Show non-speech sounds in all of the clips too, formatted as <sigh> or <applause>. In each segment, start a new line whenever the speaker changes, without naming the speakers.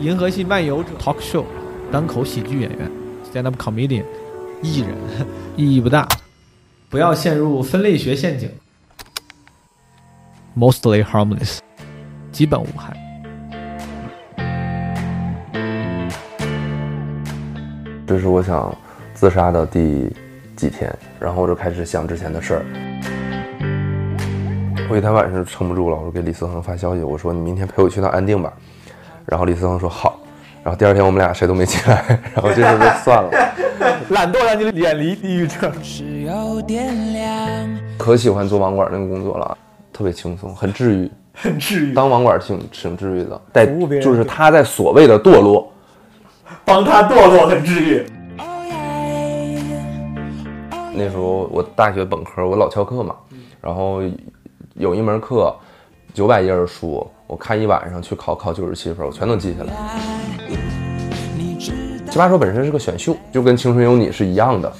银河系漫游者 talk show，单口喜剧演员 stand up comedian，艺人， <laughs> 意义不大。不要陷入分类学陷阱。Mostly harmless，基本无害。
这是我想自杀的第几天，然后我就开始想之前的事儿。我有一天晚上就撑不住了，我说给李思恒发消息，我说你明天陪我去趟安定吧。然后李思恒说好。然后第二天我们俩谁都没起来， <laughs> 然后这事儿就算了。
懒惰让你远离抑郁症。
只有点亮。
可喜欢做网管那个工作了，特别轻松，很治愈，
很治愈，
当网管挺挺治愈的。在
服务别人
就是他在所谓的堕落，
帮他堕落很治愈。
哦耶！
那时候我大学本科，我老翘课嘛，然后有一门课九百页的书，我看一晚上去考，考九十七分，我全都记下来。
你知
奇葩说本身是个选秀，就跟《青春有你》是一样的，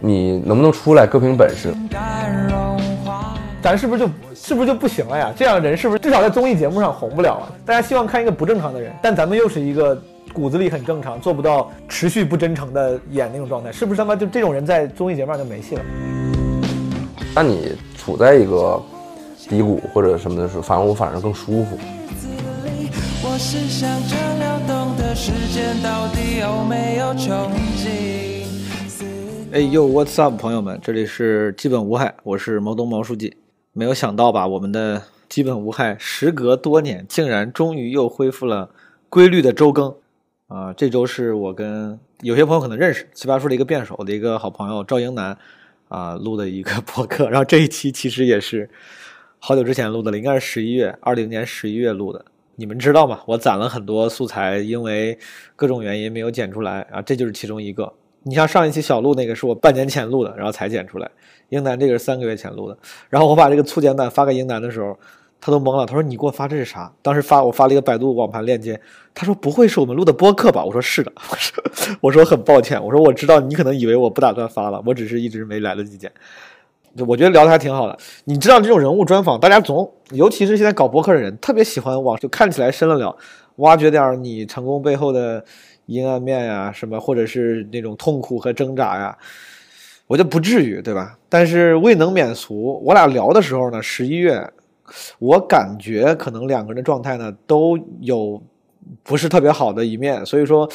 你能不能出来各凭本事。
该融化。
咱是不是就是不是就不行了呀？这样人是不是至少在综艺节目上红不了啊？大家希望看一个不正常的人，但咱们又是一个骨子里很正常，做不到持续不真诚的演那种状态，是不是他妈就这种人在综艺节目上就没戏了？
当你处在一个低谷或者什么的时候，反而我反而更舒服。
子里，我是想着流动的时间到底有没有穷尽？
哎呦，What's up，朋友们，这里是基本无害，我是毛东毛书记。没有想到吧，我们的基本无害时隔多年，竟然终于又恢复了规律的周更啊、这周是我跟有些朋友可能认识奇葩说的一个辩手的一个好朋友赵英男啊、录的一个博客，然后这一期其实也是好久之前录的了，应该是十一月二零年十一月录的。你们知道吗？我攒了很多素材，因为各种原因没有剪出来啊，这就是其中一个。你像上一期小鹿那个是我半年前录的，然后才剪出来。英男这个是三个月前录的，然后我把这个粗剪版发给英男的时候，他都懵了，他说你给我发这是啥？当时发我发了一个百度网盘链接，他说不会是我们录的播客吧？我说是的，我说 <laughs> 我说很抱歉，我说我知道你可能以为我不打算发了，我只是一直没来得及剪。就我觉得聊的还挺好的。你知道这种人物专访，大家总尤其是现在搞博客的人，特别喜欢往就看起来深了聊，挖掘点儿你成功背后的阴暗面呀、什么或者是那种痛苦和挣扎呀、我就不至于，对吧？但是未能免俗，我俩聊的时候呢，十一月，我感觉可能两个人的状态呢都有不是特别好的一面，所以说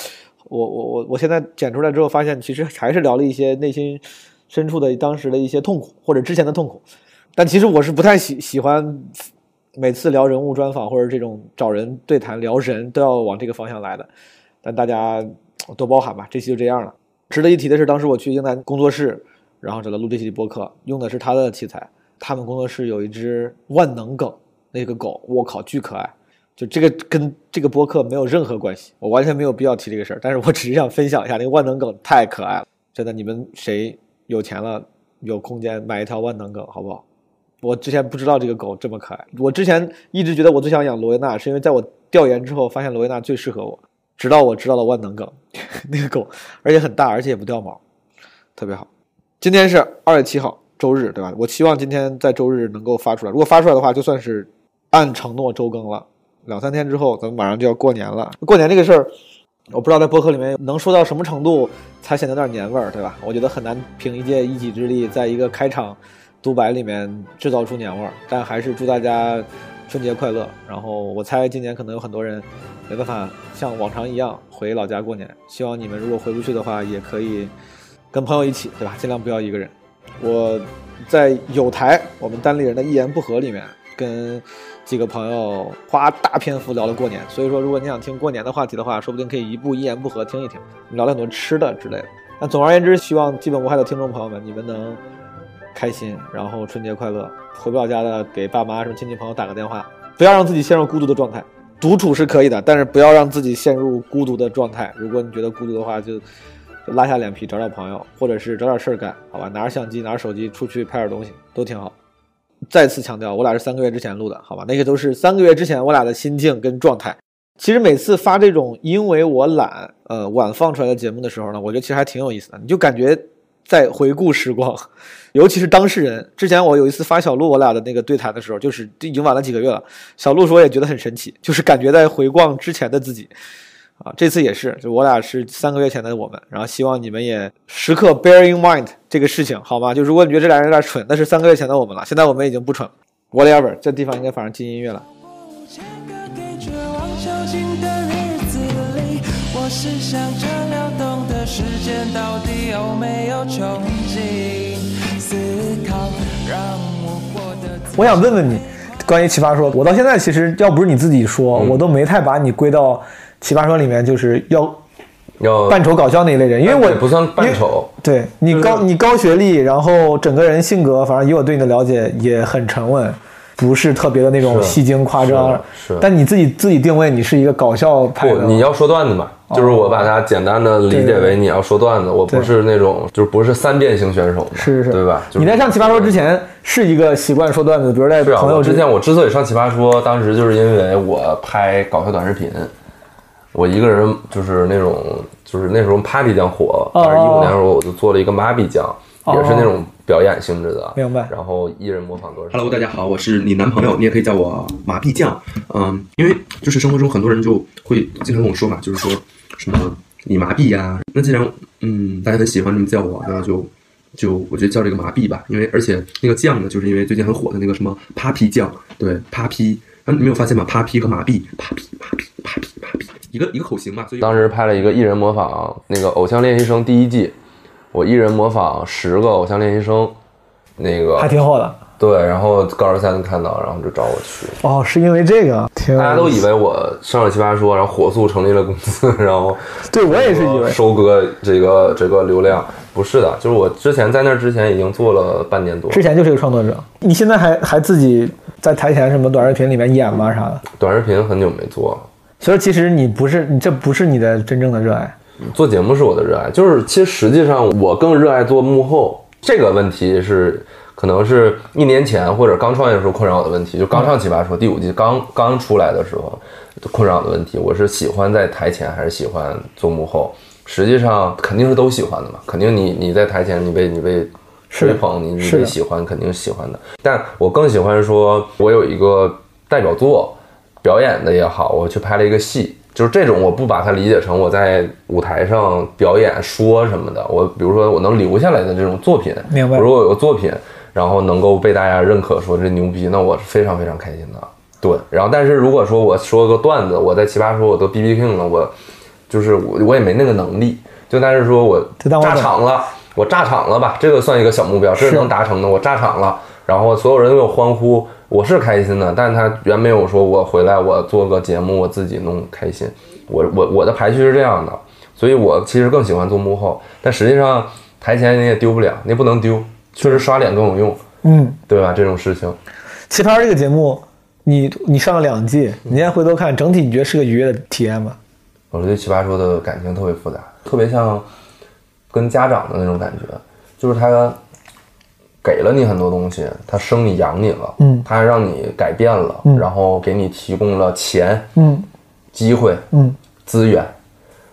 我我我我现在剪出来之后，发现其实还是聊了一些内心深处的当时的一些痛苦或者之前的痛苦，但其实我是不太喜喜欢每次聊人物专访或者这种找人对谈聊人都要往这个方向来的，但大家呃多包涵吧，这期就这样了。值得一提的是，当时我去英南工作室，然后找他录这期播客，用的是他的器材。他们工作室有一只万能狗，那个狗，我靠，巨可爱。就这个跟这个播客没有任何关系，我完全没有必要提这个事儿。但是我只是想分享一下，那个万能狗太可爱了，真的。你们谁有钱了，有空间买一条万能狗，好不好？我之前不知道这个狗这么可爱，我之前一直觉得我最想养罗威纳，是因为在我调研之后发现罗威纳最适合我，直到我知道了万能狗， <laughs> 那个狗而且很大，而且也不掉毛，特别好。今天是二月七号，周日，对吧？我希望今天在周日能够发出来。如果发出来的话，就算是按承诺周更了。两三天之后，咱们马上就要过年了。过年这个事儿，我不知道在播客里面能说到什么程度才显得有点年味儿，对吧？我觉得很难凭一介一己之力，在一个开场独白里面制造出年味儿。但还是祝大家春节快乐。然后我猜今年可能有很多人没办法像往常一样回老家过年，希望你们如果回不去的话，也可以跟朋友一起，对吧？尽量不要一个人。我在有台我们单立人的一言不合里面，跟几个朋友花大篇幅聊了过年。所以说，如果你想听过年的话题的话，说不定可以一部一言不合听一听。我们聊了很多吃的之类的。那总而言之，希望基本无害的听众朋友们，你们能开心，然后春节快乐。回不了家的，给爸妈什么亲戚朋友打个电话，不要让自己陷入孤独的状态。独处是可以的，但是不要让自己陷入孤独的状态。如果你觉得孤独的话，就就拉下脸皮找找朋友，或者是找点事儿干，好吧？拿着相机，拿着手机出去拍点东西，都挺好。再次强调，我俩是三个月之前录的，好吧？那个都是三个月之前我俩的心境跟状态。其实每次发这种因为我懒，呃，晚放出来的节目的时候呢，我觉得其实还挺有意思的，你就感觉在回顾时光，尤其是当事人。之前我有一次发小鹿我俩的那个对谈的时候，就是已经晚了几个月了，小鹿说也觉得很神奇，就是感觉在回望之前的自己。啊、啊，这次也是，就我俩是三个月前的我们，然后希望你们也时刻 bear in mind 这个事情，好吗？就如果你觉得这俩人有点蠢，那是三个月前的我们了，现在我们已经不蠢了。whatever，这地方应该反正进音乐了。
千个给绝望囚禁的日子里，我是想着撩动的时间到底有没有穷尽，思考让我过得自
我想问问你，关于奇葩说，我到现在其实要不是你自己说，
嗯
我都没太把你归到奇葩说里面，就是要
要
扮丑搞笑那一类人，因为我
也不算
因
扮
为
丑，
对你高你高学历，然后整个人性格，反正以我对你的了解也很沉稳，不是特别的那种
是
戏精夸张。
是是
但你自己自己定位你是一个搞笑派
不
的，，哦
你要说段子嘛，就是我把它简单的理解为你要说段子，我不是那种就是不是三变型选手嘛，
是是是，
对吧？就是
你在上奇葩说之前是一个习惯说段子，比如在
是啊，
朋友
我
之
之前我之所以上奇葩说，当时就是因为我拍搞笑短视频，我一个人就是那种就是那时候 Papi 酱火，
哦
二零一五年的时候我就做了一个 Mabi 酱，
哦
也是那种表演性质的，
明白
然后一人模仿多少
Hello，大家好，我是你男朋友，你也可以叫我麻痹酱。嗯，因为就是生活中很多人就会经常跟我说嘛，就是说什么你麻痹呀、那既然嗯大家很喜欢这么叫我，那就就我觉得叫这个麻痹吧。因为而且那个酱呢，就是因为最近很火的那个什么 Papi 酱，对 Papi。啊，你没有发现吗？Papi 和麻痹，Papi Papi Papi Papi，一个一个口型嘛，所以
当时拍了一个一人模仿那个《偶像练习生》第一季，我一人模仿十个偶像练习生，那个
还挺火的。
对，然后高二三看到，然后就找我去。
哦，是因为这个，啊挺有
大家都
意
以
思
为我上了奇葩说，然后火速成立了公司， <laughs> 然后
对我也是以为
收割这个这个流量，不是的，就是我之前在那之前已经做了半年多
之前就是一个创作者，你现在还还自己在台前什么短视频里面演吗啥的？
短视频，很久没做了。
所以其实你不是你这不是你的真正的热爱。
做节目是我的热爱，就是其实实际上我更热爱做幕后这个问题是，可能是一年前或者刚创业的时候困扰我的问题，就刚上奇葩说第五季刚刚出来的时候困扰我的问题，我是喜欢在台前还是喜欢做幕后？实际上肯定是都喜欢的嘛，肯定你你在台前你被你被
是
吹
的
捧，你你
是的
被喜欢肯定是喜欢的，但我更喜欢说我有一个代表作，表演的也好，我去拍了一个戏，就是这种，我不把它理解成我在舞台上表演说什么的。我比如说我能留下来的这种作品，
明白
如果有个作品，然后能够被大家认可，说这牛逼，那我是非常非常开心的。对，然后但是如果说我说个段子，我在奇葩说我都 B B King 了，我就是我我也没那个能力，就但是说我
就当我
炸
懂
场了，我炸场了吧，这个算一个小目标，这
是
是能达成的。我炸场了，然后所有人都有欢呼，我是开心的，但他远没有说我回来我做个节目我自己弄开心。我我我的排序是这样的，所以我其实更喜欢做幕后，但实际上台前你也丢不了，你也不能丢，确实刷脸更有用，
嗯，
对吧？这种事情，
奇葩这个节目，你你上了两季，你现在回头看，整体你觉得是个愉悦的体验吗？
我对奇葩说的感情特别复杂，特别像跟家长的那种感觉，就是他给了你很多东西，他生你养你了，
嗯
他还让你改变了，
嗯
然后给你提供了钱、
嗯
机会、
嗯，
资源，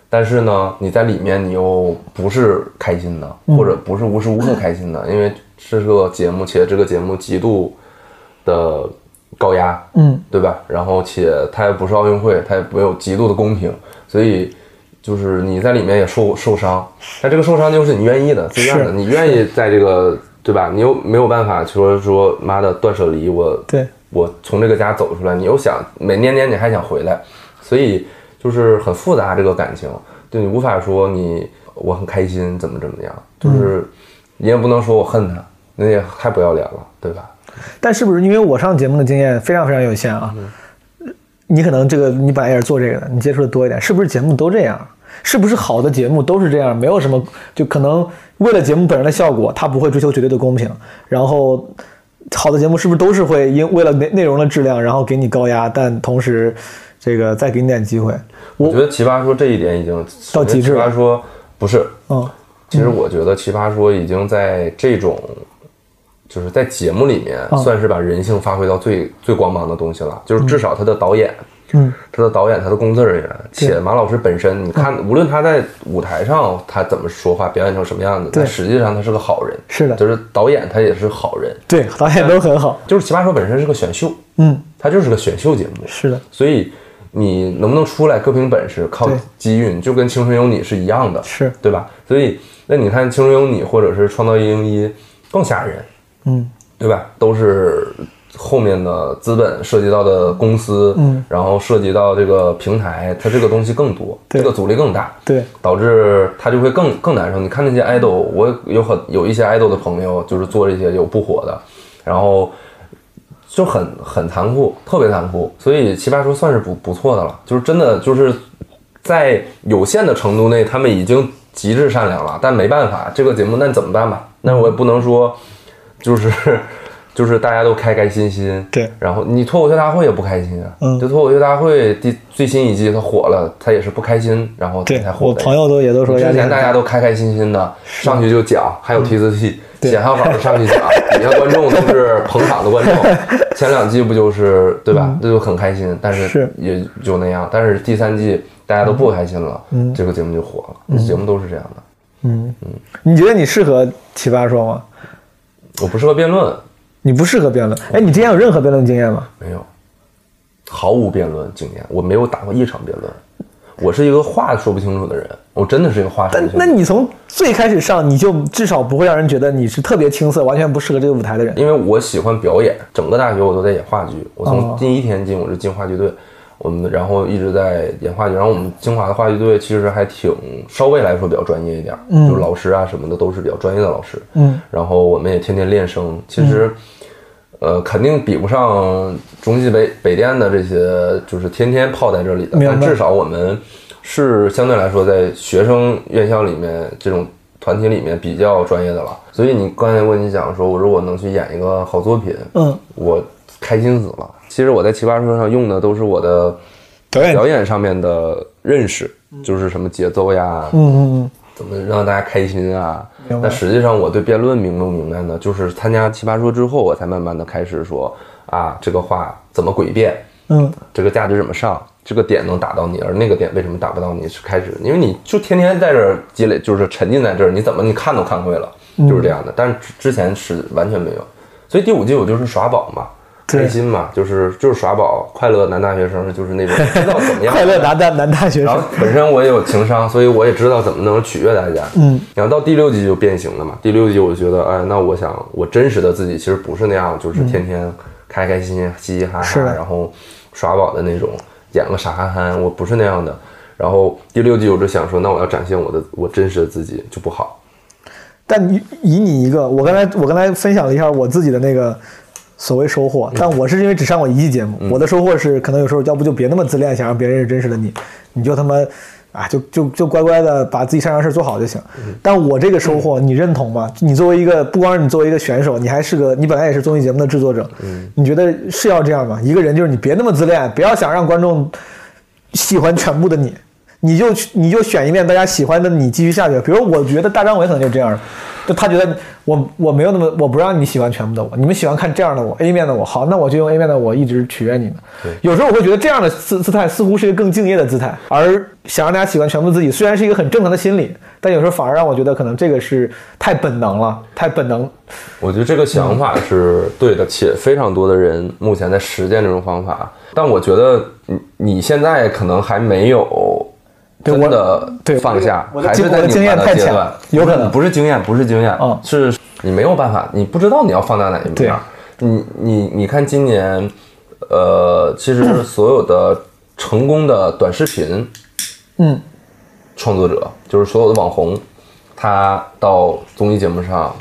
但是呢，你在里面你又不是开心的，
嗯
或者不是无时无刻开
<laughs>
心的，因为这是个节目，且这个节目极度的高压，
嗯，
对吧？然后且它也不是奥运会，它也没有极度的公平，所以就是你在里面也受受伤，但这个受伤就是你愿意的，自愿的，
是
你愿意在这个对吧？你又没有办法说说妈的断舍离，我
对，
我从这个家走出来，你又想每年年你还想回来，所以就是很复杂这个感情，对你无法说你我很开心怎么怎么样，就是你也不能说我恨他，那也太不要脸了，对吧？
但是不是因为我上节目的经验非常非常有限啊？
嗯
你可能这个你本来也是做这个的，你接触的多一点，是不是节目都这样？是不是好的节目都是这样？没有什么，就可能为了节目本身的效果，他不会追求绝对的公平。然后，好的节目是不是都是会因为了内内容的质量，然后给你高压，但同时，这个再给你点机会？
我
我
觉得奇葩说这一点已经
到极致
奇
了
葩说不是，
嗯，
其实我觉得奇葩说已经在这种。就是在节目里面，
嗯
算是把人性发挥到最、最光芒的东西了。就是至少他的导演，
嗯，
他的导演、他的工作人员，且马老师本身，你
嗯
看，无论他在舞台上他怎么说话，表演成什么样子，
对
但实际上他是个好人。
是的
就是导演他也是好人。
对，导演都很好，
就是《奇葩说》本身是个选秀，
嗯，
它就是个选秀节目，
是的，
所以你能不能出来，各凭本事，靠
对
机运，就跟青春有你是一样的，
是
对吧？所以，那你看青春有你或者是创造一零一更吓人，
嗯，
对吧？都是后面的资本涉及到的公司，
嗯
然后涉及到这个平台，它这个东西更多，
对
这个阻力更大，
对，
导致他就会更更难受。你看那些 idol，我有很有一些 idol 的朋友，就是做这些有不火的，然后就很很残酷，特别残酷。所以奇葩说算是不不错的了，就是真的就是在有限的程度内，他们已经极致善良了，但没办法，这个节目那怎么办吧？ <laughs> 那我也不能说就是就是大家都开开心心，
对
然后你脱口秀大会也不开心啊，
嗯
就脱口秀大会第最新一季它火了，它也是不开心，然后它
对
才火
我
的。
朋友都也都说压
之
力
前
很
大
大，
家都开开心心的上去就讲，还有提词器，
嗯对
写好稿儿上去讲，底下观众都是捧场的观众。前两季不就是对吧？那就很开心，但是
嗯是
也就那样。但是第三季大家都不开心了，
嗯
这个节目就火了。节目都是这样的。
你觉得你适合奇葩说吗？
我不适合辩论，
你不适合辩论，哎，你之前有任何辩论经验吗？
没有，毫无辩论经验，我没有打过一场辩论。我是一个话说不清楚的人，我真的是一个话说
但
不清楚。
那你从最开始上，你就至少不会让人觉得你是特别青涩、完全不适合这个舞台的人。
因为我喜欢表演，整个大学我都在演话剧。我
哦
从第一天进我就进话剧队，我们然后一直在演话剧。然后我们清华的话剧队其实还挺稍微来说比较专业一点，
嗯
就是老师啊什么的都是比较专业的老师。
嗯，
然后我们也天天练声，其实、呃肯定比不上中戏北北电的这些，就是天天泡在这里的，
明白
但至少我们是相对来说在学生院校里面这种团体里面比较专业的了。所以你刚才问你讲说，我如果能去演一个好作品，
嗯，
我开心死了。其实我在奇葩说上用的都是我的
表演
表演上面的认识，就是什么节奏呀，
嗯嗯嗯
怎么让大家开心啊
明？白
但实际上我对辩论明不明白呢？就是参加奇葩说之后，我才慢慢的开始说啊，这个话怎么诡辩，
嗯
这个价值怎么上，这个点能打到你，而那个点为什么打不到你？是开始，因为你就天天在这儿积累，就是沉浸在这儿，你怎么你看都看会了，
嗯
就是这样的。但是之之前是完全没有，所以第五季我就是耍宝嘛。
对
开心嘛，就是就是耍宝，快乐男大学生就是
<laughs>
那种不知道怎么
嗯，
样，
快乐男大男大学
然后
生，
本身我也有情商，所以我也知道怎么能取悦大家。
嗯，
然后到第六集就变形了嘛。第六集我就觉得，哎，那我想我真实的自己其实不是那样，就是天天开开心心、嘻嘻哈
嗯是
哈，
的
然后耍宝的那种，演个傻憨憨，我不是那样的。然后第六集我就想说，那我要展现我的我真实的自己就不好。
但以以你一个，我刚才我刚才分享了一下我自己的那个所谓收获，但我是因为只上过一季节目，我的收获是可能有时候要不就别那么自恋，想让别人认识真实的你，你就他妈啊就就就乖乖的把自己擅长的事儿做好就行。但我这个收获你认同吗？你作为一个不光是你作为一个选手，你还是个你本来也是综艺节目的制作者，你觉得是要这样吗？一个人就是你别那么自恋，不要想让观众喜欢全部的你。你就你就选一面大家喜欢的，你继续下去。比如我觉得大张伟可能就是这样的，就他觉得我我没有那么我不让你喜欢全部的我，你们喜欢看这样的我 A 面的我，好，那我就用 A 面的我一直取悦你们。有时候我会觉得这样的姿姿态似乎是一个更敬业的姿态，而想让大家喜欢全部自己，虽然是一个很正常的心理，但有时候反而让我觉得可能这个是太本能了，太本能。
我觉得这个想法是对的，且非常多的人目前在实践这种方法。但我觉得你你现在可能还没有
对
真
我
的
对
放下，
我的
还是
我
在
的
拧
经验
巴
太
的阶
浅
段，
有可能
不是经验，不是经验，
嗯
是你没有办法，你不知道你要放大哪一
对
面儿。你你你看今年，呃，其实所有的成功的短视频
嗯，
创作者，就是所有的网红，他到综艺节目上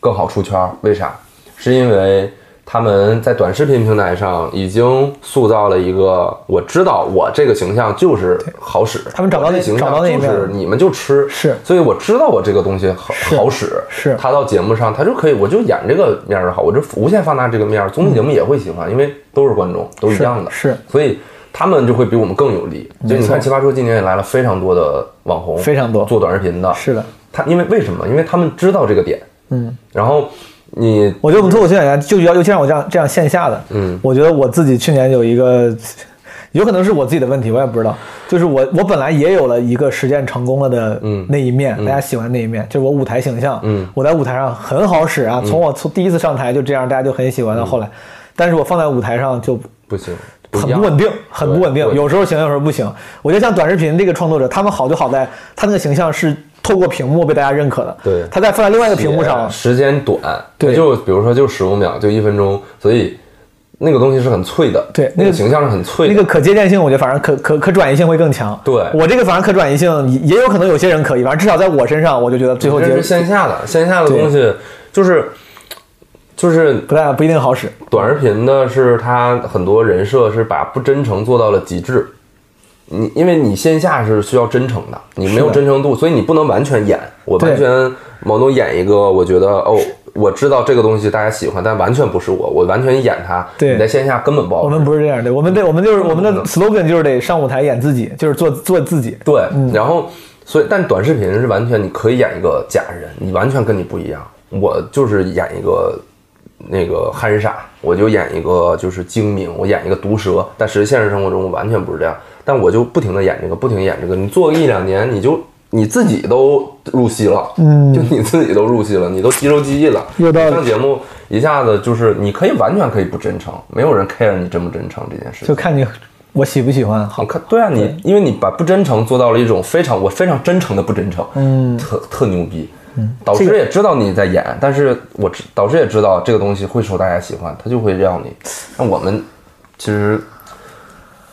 更好出圈儿，为啥？是因为他们在短视频平台上已经塑造了一个，我知道我这个形象就是好使，
他们找到
我这
那
形象
找到那一
就
面
是你们就吃，
是
所以我知道我这个东西好
是
好使，
是
他到节目上他就可以，我就演这个面儿好，我就无限放大这个面儿，综艺节目也会喜欢，因为都是观众，都一
是
样的，
是
所以他们就会比我们更有利。就你看奇葩说今年也来了非常多的网红，
非常多
做短视频的，
是的。
他因为为什么？因为他们知道这个点，嗯，然后你
我觉得我们脱口秀演员就要，尤其像我这样这样线下的，
嗯
我觉得我自己去年有一个，有可能是我自己的问题，我也不知道。就是我我本来也有了一个实践成功了的
嗯
那一面，大家喜欢的那一面，就是我舞台形象，
嗯
我在舞台上很好使
嗯
啊，从我从第一次上台就这样，大家就很喜欢到后来，但是我放在舞台上就
不行，
很不稳定，很不稳定，
对
有时候行，有时候不行。我觉得像短视频这个创作者，他们好就好在他那个形象是透过屏幕被大家认可的，
对
他在放在另外一个屏幕上，
时间短，
对
就比如说就十五秒，就一分钟，所以那个东西是很脆的，
对
那
那个
个形象是很脆的，
那个可借鉴性，我觉得反正可可可转移性会更强。
对
我这个反正可转移性也也有可能有些人可以，反正至少在我身上，我就觉得最后
这
结
是线下的，线下的东西就是就是
不太不一定好使。
短视频呢，是它很多人设是把不真诚做到了极致。你因为你线下是需要真诚的，你没有
是的
真诚度，所以你不能完全演。我
对
完全毛东演一个，我觉得哦，我知道这个东西大家喜欢，但完全不是我，我完全演它。
对
你在线下根本不好。
我们不是这样的，嗯我们得我们就是我们的 slogan 就是得上舞台演自己，就是做做自己。
对，然后所以但短视频是完全你可以演一个假人，你完全跟你不一样。我就是演一个那个憨傻，我就演一个就是精明，我演一个毒舌，但实际现实生活中我完全不是这样。但我就不停的演这个，不停地演这个，你做个一两年，你就你自己都入戏了，嗯，就你自己都入戏了，你都肌肉记忆了。
有道理
上节目一下子就是你可以完全可以不真诚，没有人 care 你真不真诚这件事情
就。看你我喜不喜欢。好
好，看，对啊，你因为你把不真诚做到了一种非常我非常真诚的不真诚，嗯，特特牛逼。
嗯
导师也知道你在演，但是我知导师也知道这个东西会受大家喜欢，他就会让你。那我们其实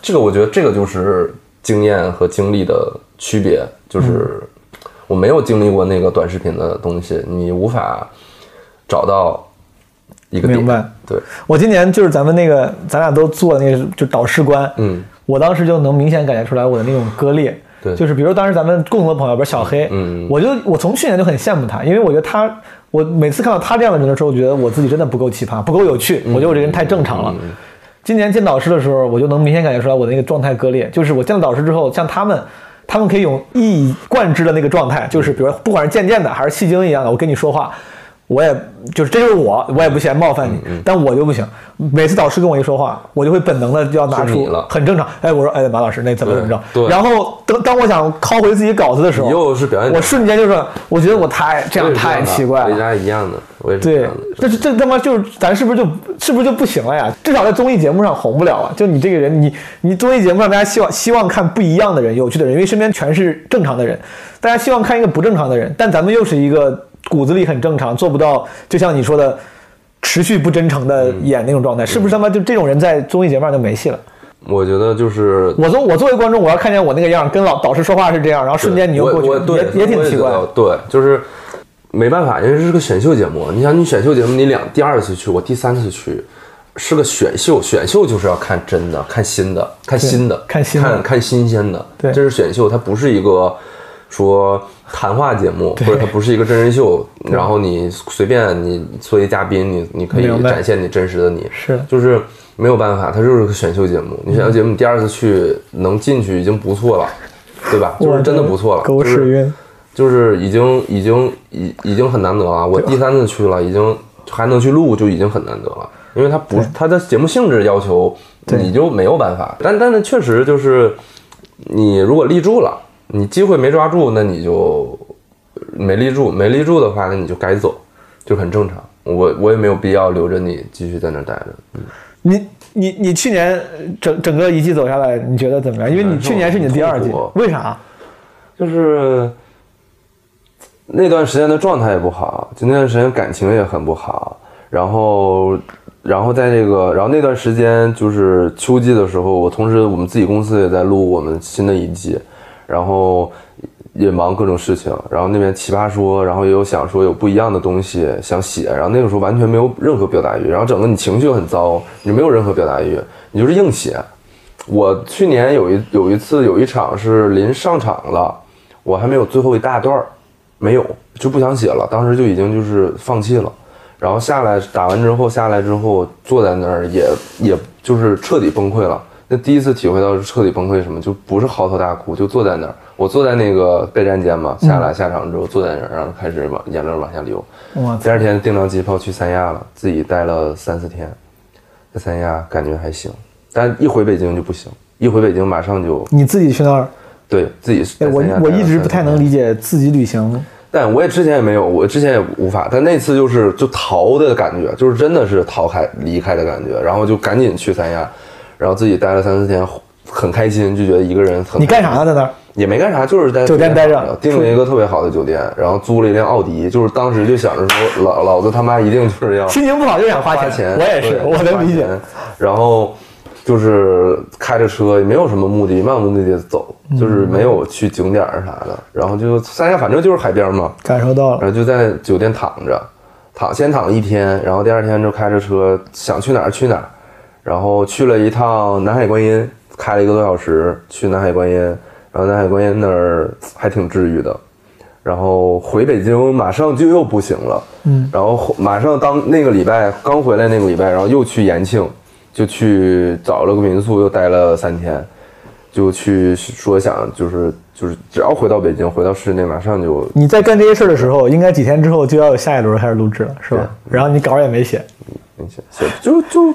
这个，我觉得这个就是经验和经历的区别，就是
嗯
我没有经历过那个短视频的东西，你无法找到一个点。
明白
对，
我今年就是咱们那个，咱俩都做那个就导师官，
嗯，
我当时就能明显感觉出来我的那种割裂。
对
就是比如当时咱们共同的朋友，比如小黑，
嗯嗯
我就我从去年就很羡慕他，因为我觉得他，我每次看到他这样的人的时候，我觉得我自己真的不够奇葩，不够有趣，
嗯
我觉得我这人太正常了。今年见导师的时候，我就能明显感觉出来我的那个状态割裂，就是我见了导师之后，像他们。他们可以有一以贯之的那个状态，就是比如不管是渐渐的还是戏精一样的，我跟你说话，我也就是这就是我，我也不嫌冒犯你，
嗯
但我就不行。每次导师跟我一说话，我就会本能的就要拿
就是
出
你了嗯
很正常。哎，我说哎，马老师那怎么怎么着？
对对
然后当当我想拷回自己稿子的时候，
你又是表演者
我瞬间就是我觉得我太
这
这样太奇怪
回
了。
家一样的，我也是这
对
样的。，
但是这他妈就是咱是不是就是不是就不行了呀？至少在综艺节目上红不了啊！就你这个人，你你综艺节目上大家希望希望看不一样的人、有趣的人，因为身边全是正常的人，大家希望看一个不正常的人，但咱们又是一个骨子里很正常，做不到，就像你说的。持续不真诚
嗯
的演那种状态，是不是他妈就这种人在综艺节目上就没戏了？
我觉得就是
我作我作为观众，我要看见我那个样，跟老导师说话是这样，然后瞬间你又
我
过去
我，对
也也挺
我
奇怪
觉。得对，就是没办法，因为这是个选秀节目。你想，你选秀节目，你两第二次去，我第三次去，是个选秀，选秀就是要看真的，看新的，看新的，
看新的
看看新鲜的。
对
这是选秀，它不是一个说谈话节目，或者它不是一个真人秀。然后你随便你作为嘉宾，你你可以
明白
展现你真实的你。
是的
就是没有办法，它就是个选秀节目。你选秀节目你第二次去能进去已经不错了，对吧？就是真的不错了，
狗
就是
屎运。
就是已经已经已已经很难得啊了。我第三次去了，已经还能去录，就已经很难得了。因为它不，它的节目性质要求，你就没有办法。但但是确实就是，你如果立住了，你机会没抓住，那你就没立住，没立住的话，那你就该走，就很正常。我我也没有必要留着你继续在那儿待着。
你你你去年呃整整个一季走下来，你觉得怎么样？因为你
难受
去年是你的第二季
很痛，苦
为啥？
就是那段时间的状态也不好，就那段时间感情也很不好，然后，然后在这个，然后那段时间就是秋季的时候，我同时我们自己公司也在录我们新的一季，然后也忙各种事情，然后那边奇葩说，然后也有想说有不一样的东西想写，然后那个时候完全没有任何表达欲，然后整个你情绪很糟，你没有任何表达欲，你就是硬写。我去年有一有一次有一场是临上场了，我还没有最后一大段儿，没有就不想写了，当时就已经就是放弃了。然后下来打完之后下来之后坐在那儿也也就是彻底崩溃了。那第一次体会到是彻底崩溃什么，就不是嚎啕大哭，就坐在那儿。我坐在那个备战间嘛，下
嗯
来下场之后坐在那儿，然后开始往眼泪往下流。
我
第二天订张机票去三亚了，自己待了三四天，在三亚感觉还行，但一回北京就不行，一回北京马上就
你自己去那儿，
对自己
哎
在
我
三亚
我
待了
一直
三
不太
天
能理解自己旅行，
但我也之前也没有，我之前也无法，但那次就是就逃的感觉，就是真的是逃开离开的感觉，然后就赶紧去三亚，然后自己待了三四天，很开心，就觉得一个人很。
你干啥呢？在那儿？
也没干啥，就是在
酒店待着
订了一个特别好的酒店，然后租了一辆奥迪，就是当时就想着说，老老子他妈一定就是要
心情不好就想花
花
我也是，
对
我能
花
理。解。
钱然后就是开着车，也没有什么目的，漫无目的地走，
嗯
就是没有去景点儿啥的。然后就三亚，反正就是海边嘛，
感受到
然
了，
后就在酒店躺着，躺先躺一天，然后第二天就开着车想去哪儿去哪儿，然后去了一趟南海观音，开了一个多小时去南海观音，然后南海观音那儿还挺治愈的，然后回北京马上就又不行了，
嗯，
然后后马上当那个礼拜刚回来那个礼拜，然后又去延庆，就去找了个民宿又待了三天，就去说想就是就是只要回到北京回到市内马上就
你在干这些事儿的时候，应该几天之后就要有下一轮开始录制了，是吧？然后你稿儿也没写，
明显写就就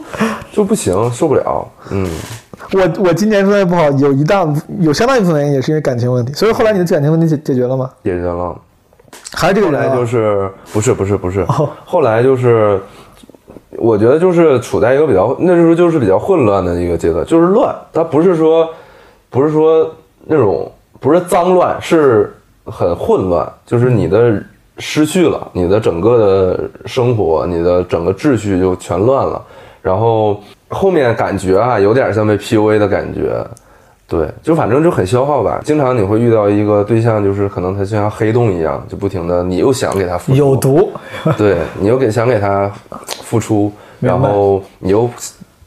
就不行，受不了。嗯，
我我今年状态不好，有一大有相当一部分原因也是因为感情问题，所以后来你的感情问题解解决了吗？
解决了。
还是这个
后
人、
来
啊？
就是不是不是不是，后来就是我觉得就是处在一个比较那时候就是比较混乱的一个阶段，就是乱，它不是说不是说那种不是脏乱，是很混乱，就是你的失去了你的整个的生活，你的整个秩序就全乱了，然后后面感觉啊有点像被 PUA 的感觉。对，就反正就很消耗吧。经常你会遇到一个对象，就是可能他就像黑洞一样，就不停的，你又想给他付出，
有毒， <laughs>
对你又给想给他付出，
明白
然后你又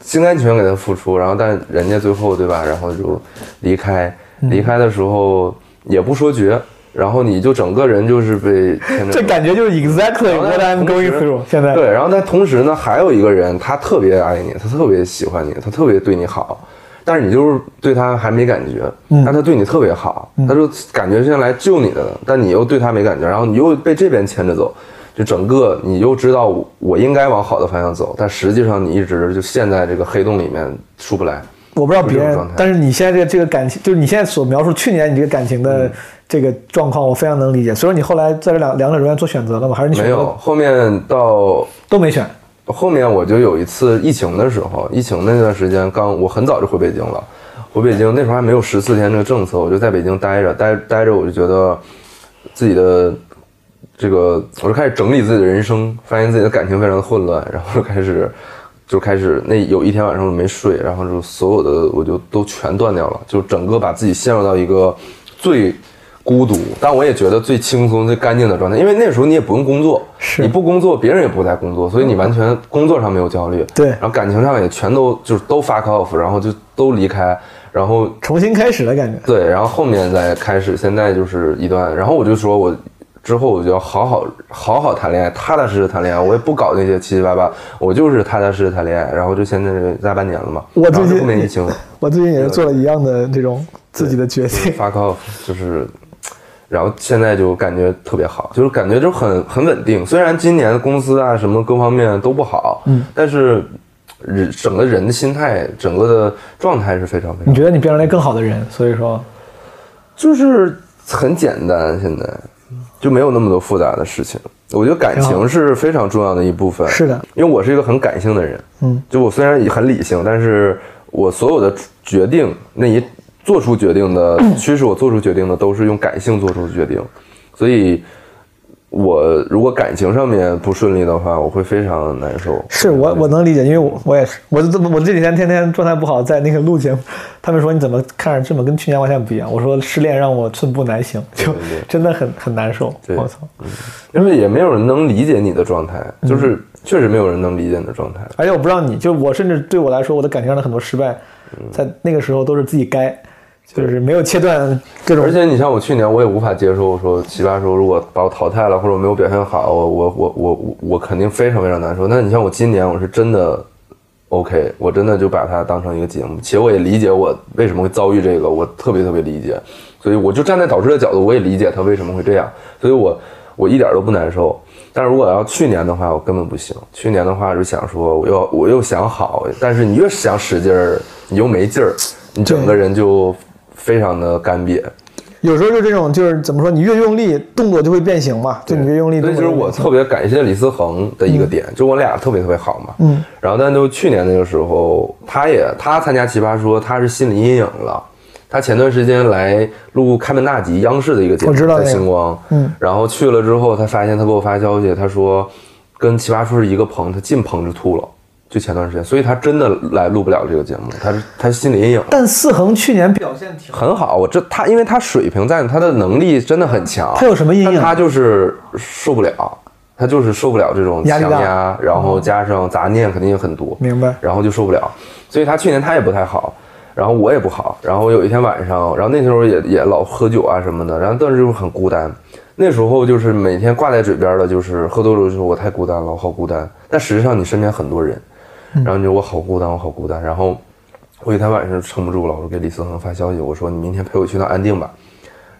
心甘情愿给他付出，然后但人家最后对吧，然后就离开，离开的时候也不说绝，然后你就整个人就是被
<laughs>
牵着
这
走
感觉就是 exactly
然后
what
在
I'm
同
going
时
through。现在
对，然后但同时呢，还有一个人，他特别爱你，他特别喜欢你，他特别对你好，但是你就是对他还没感觉，
嗯
但他对你特别好，他就感觉像来救你的了，但你又对他没感觉，然后你又被这边牵着走，就整个你又知道我我应该往好的方向走，但实际上你一直就陷在这个黑洞里面出不来。
我不知道别
就这
人
种状态，
但是你现在这个这个感情，就是你现在所描述去年你这个感情
嗯
的这个状况，我非常能理解。所以说你后来在这两两者中间做选择了吗？还是你选
没有，
择
后面到
都没选？
后面我就有一次疫情的时候，疫情那段时间刚我很早就回北京了，回北京那时候还没有十四天这个政策，我就在北京待着，待待着我就觉得自己的这个，我就开始整理自己的人生，发现自己的感情非常的混乱，然后就开始就开始那有一天晚上我没睡，然后就所有的我就都全断掉了，就整个把自己陷入到一个最孤独，但我也觉得最轻松、最干净的状态，因为那时候你也不用工作，
是
你不工作，别人也不在工作，所以你完全工作上没有焦虑，
对
然后感情上也全都就是都 fuck off，然后就都离开，然后
重新开始的感觉。
对，然后后面再开始，现在就是一段，然后我就说我之后我就要好好好好谈恋爱，踏踏实实谈恋爱，我也不搞那些七七八八，我就是踏踏实实谈恋爱，然后就现在这大半年了嘛，
我
然
最
后
近
就后面疫情
我最近也是做了一样的这种自己的决定。
fuck off 就是。然后现在就感觉特别好，就是感觉就很很稳定。虽然今年公司啊什么各方面都不好，嗯，但是人整个人的心态、整个的状态是非常非常
<laughs> 你觉得你变成了一个更好的人，所以说
就是很简单，现在就没有那么多复杂的事情。我觉得感
挺好
情是非常重要的一部分。
是的，
因为我是一个很感性的人，
嗯，
就我虽然也很理性，但是我所有的决定，那一做出决定的驱使我做出决定的，都是用感性做出决定，所以。我如果感情上面不顺利的话，我会非常难受。
是我我能理解，因为我我也是，我就这么我这几天天天状态不好，在那个录节目，他们说你怎么看着这么跟去年完全不一样？我说失恋让我寸步难行，就真的很很难受。
对
我操！
因为也没有人能理解你的状态，就是
嗯
确实没有人能理解你的状态。
而且我不知道你，就我甚至对我来说，我的感情上的很多失败，在那个时候都是自己该，就是没有切断各种
而且你像我去年，我也无法接受说奇葩说如果把我淘汰了，或者我没有表现好，我我我我我我肯定非常非常难受。那你像我今年，我是真的 OK，我真的就把它当成一个节目，且我也理解我为什么会遭遇这个，我特别特别理解。所以我就站在导师的角度，我也理解他为什么会这样，所以我我一点都不难受。但如果要去年的话，我根本不行。去年的话就想说，我又我又想好，但是你越想使劲儿，你又没劲儿，你整个人就非常的干瘪。
有时候就这种，就是怎么说，你越用力，动作就会变形嘛，就你越用力，
所以
动
其实
作就会
我
变形
特别感谢李思恒的一个点，就我俩特别特别好嘛。
嗯。
然后，但就去年那个时候，他也他参加奇葩说，他是心理阴影了。他前段时间来录开门大吉，央视的一个节目，
我知道
在
那个
星光。
嗯。
然后去了之后，他发现他给我发消息，他说跟奇葩说是一个棚，他进棚就吐了。就前段时间，所以他真的来录不了这个节目，他是他心理阴影了
但四恒去年表现挺
很好。我这他，因为他水平在，他的能力真的很强。
他有什么阴影
但他就是受不了，他就是受不了这种
压力
强
大
压，然后加上杂念肯定也很多，
明白
然后就受不了。所以他去年他也不太好，然后我也不好。然后有一天晚上，然后那时候也也老喝酒啊什么的，然后但是就是很孤单。那时候就是每天挂在嘴边的，就是喝多了就是我太孤单了，我好孤单。但实际上你身边很多人，然后你就我好孤单，我好孤单。然后我有一天晚上撑不住了，我就给李思恒发消息，我说你明天陪我去趟安定吧。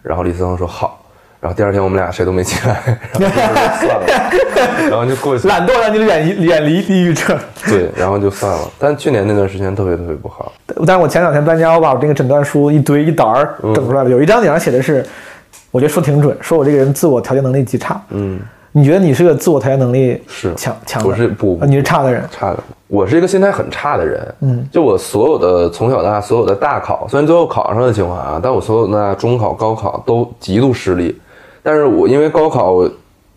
然后李思恒说好。然后第二天我们俩谁都没起来， <laughs> 然后就说算了，然后就过去了。
<laughs> 懒惰，让你远离远离抑郁症。 <laughs>
对，然后就算了。但去年那段时间特别特别不好，
但是我前两天搬家，我把我这个诊断书一堆一沓儿整出来了，有一张纸上写的是，我觉得说挺准，说我这个人自我调节能力极差。
嗯，
你觉得你是个自我调节能力
是
强强的？
不是不
啊你是差的人。
差的。我是一个心态很差的人，嗯，就我所有的从小到大所有的大考，虽然最后考上了清华啊，但我所有的那中考、高考都极度失利。但是我因为高考，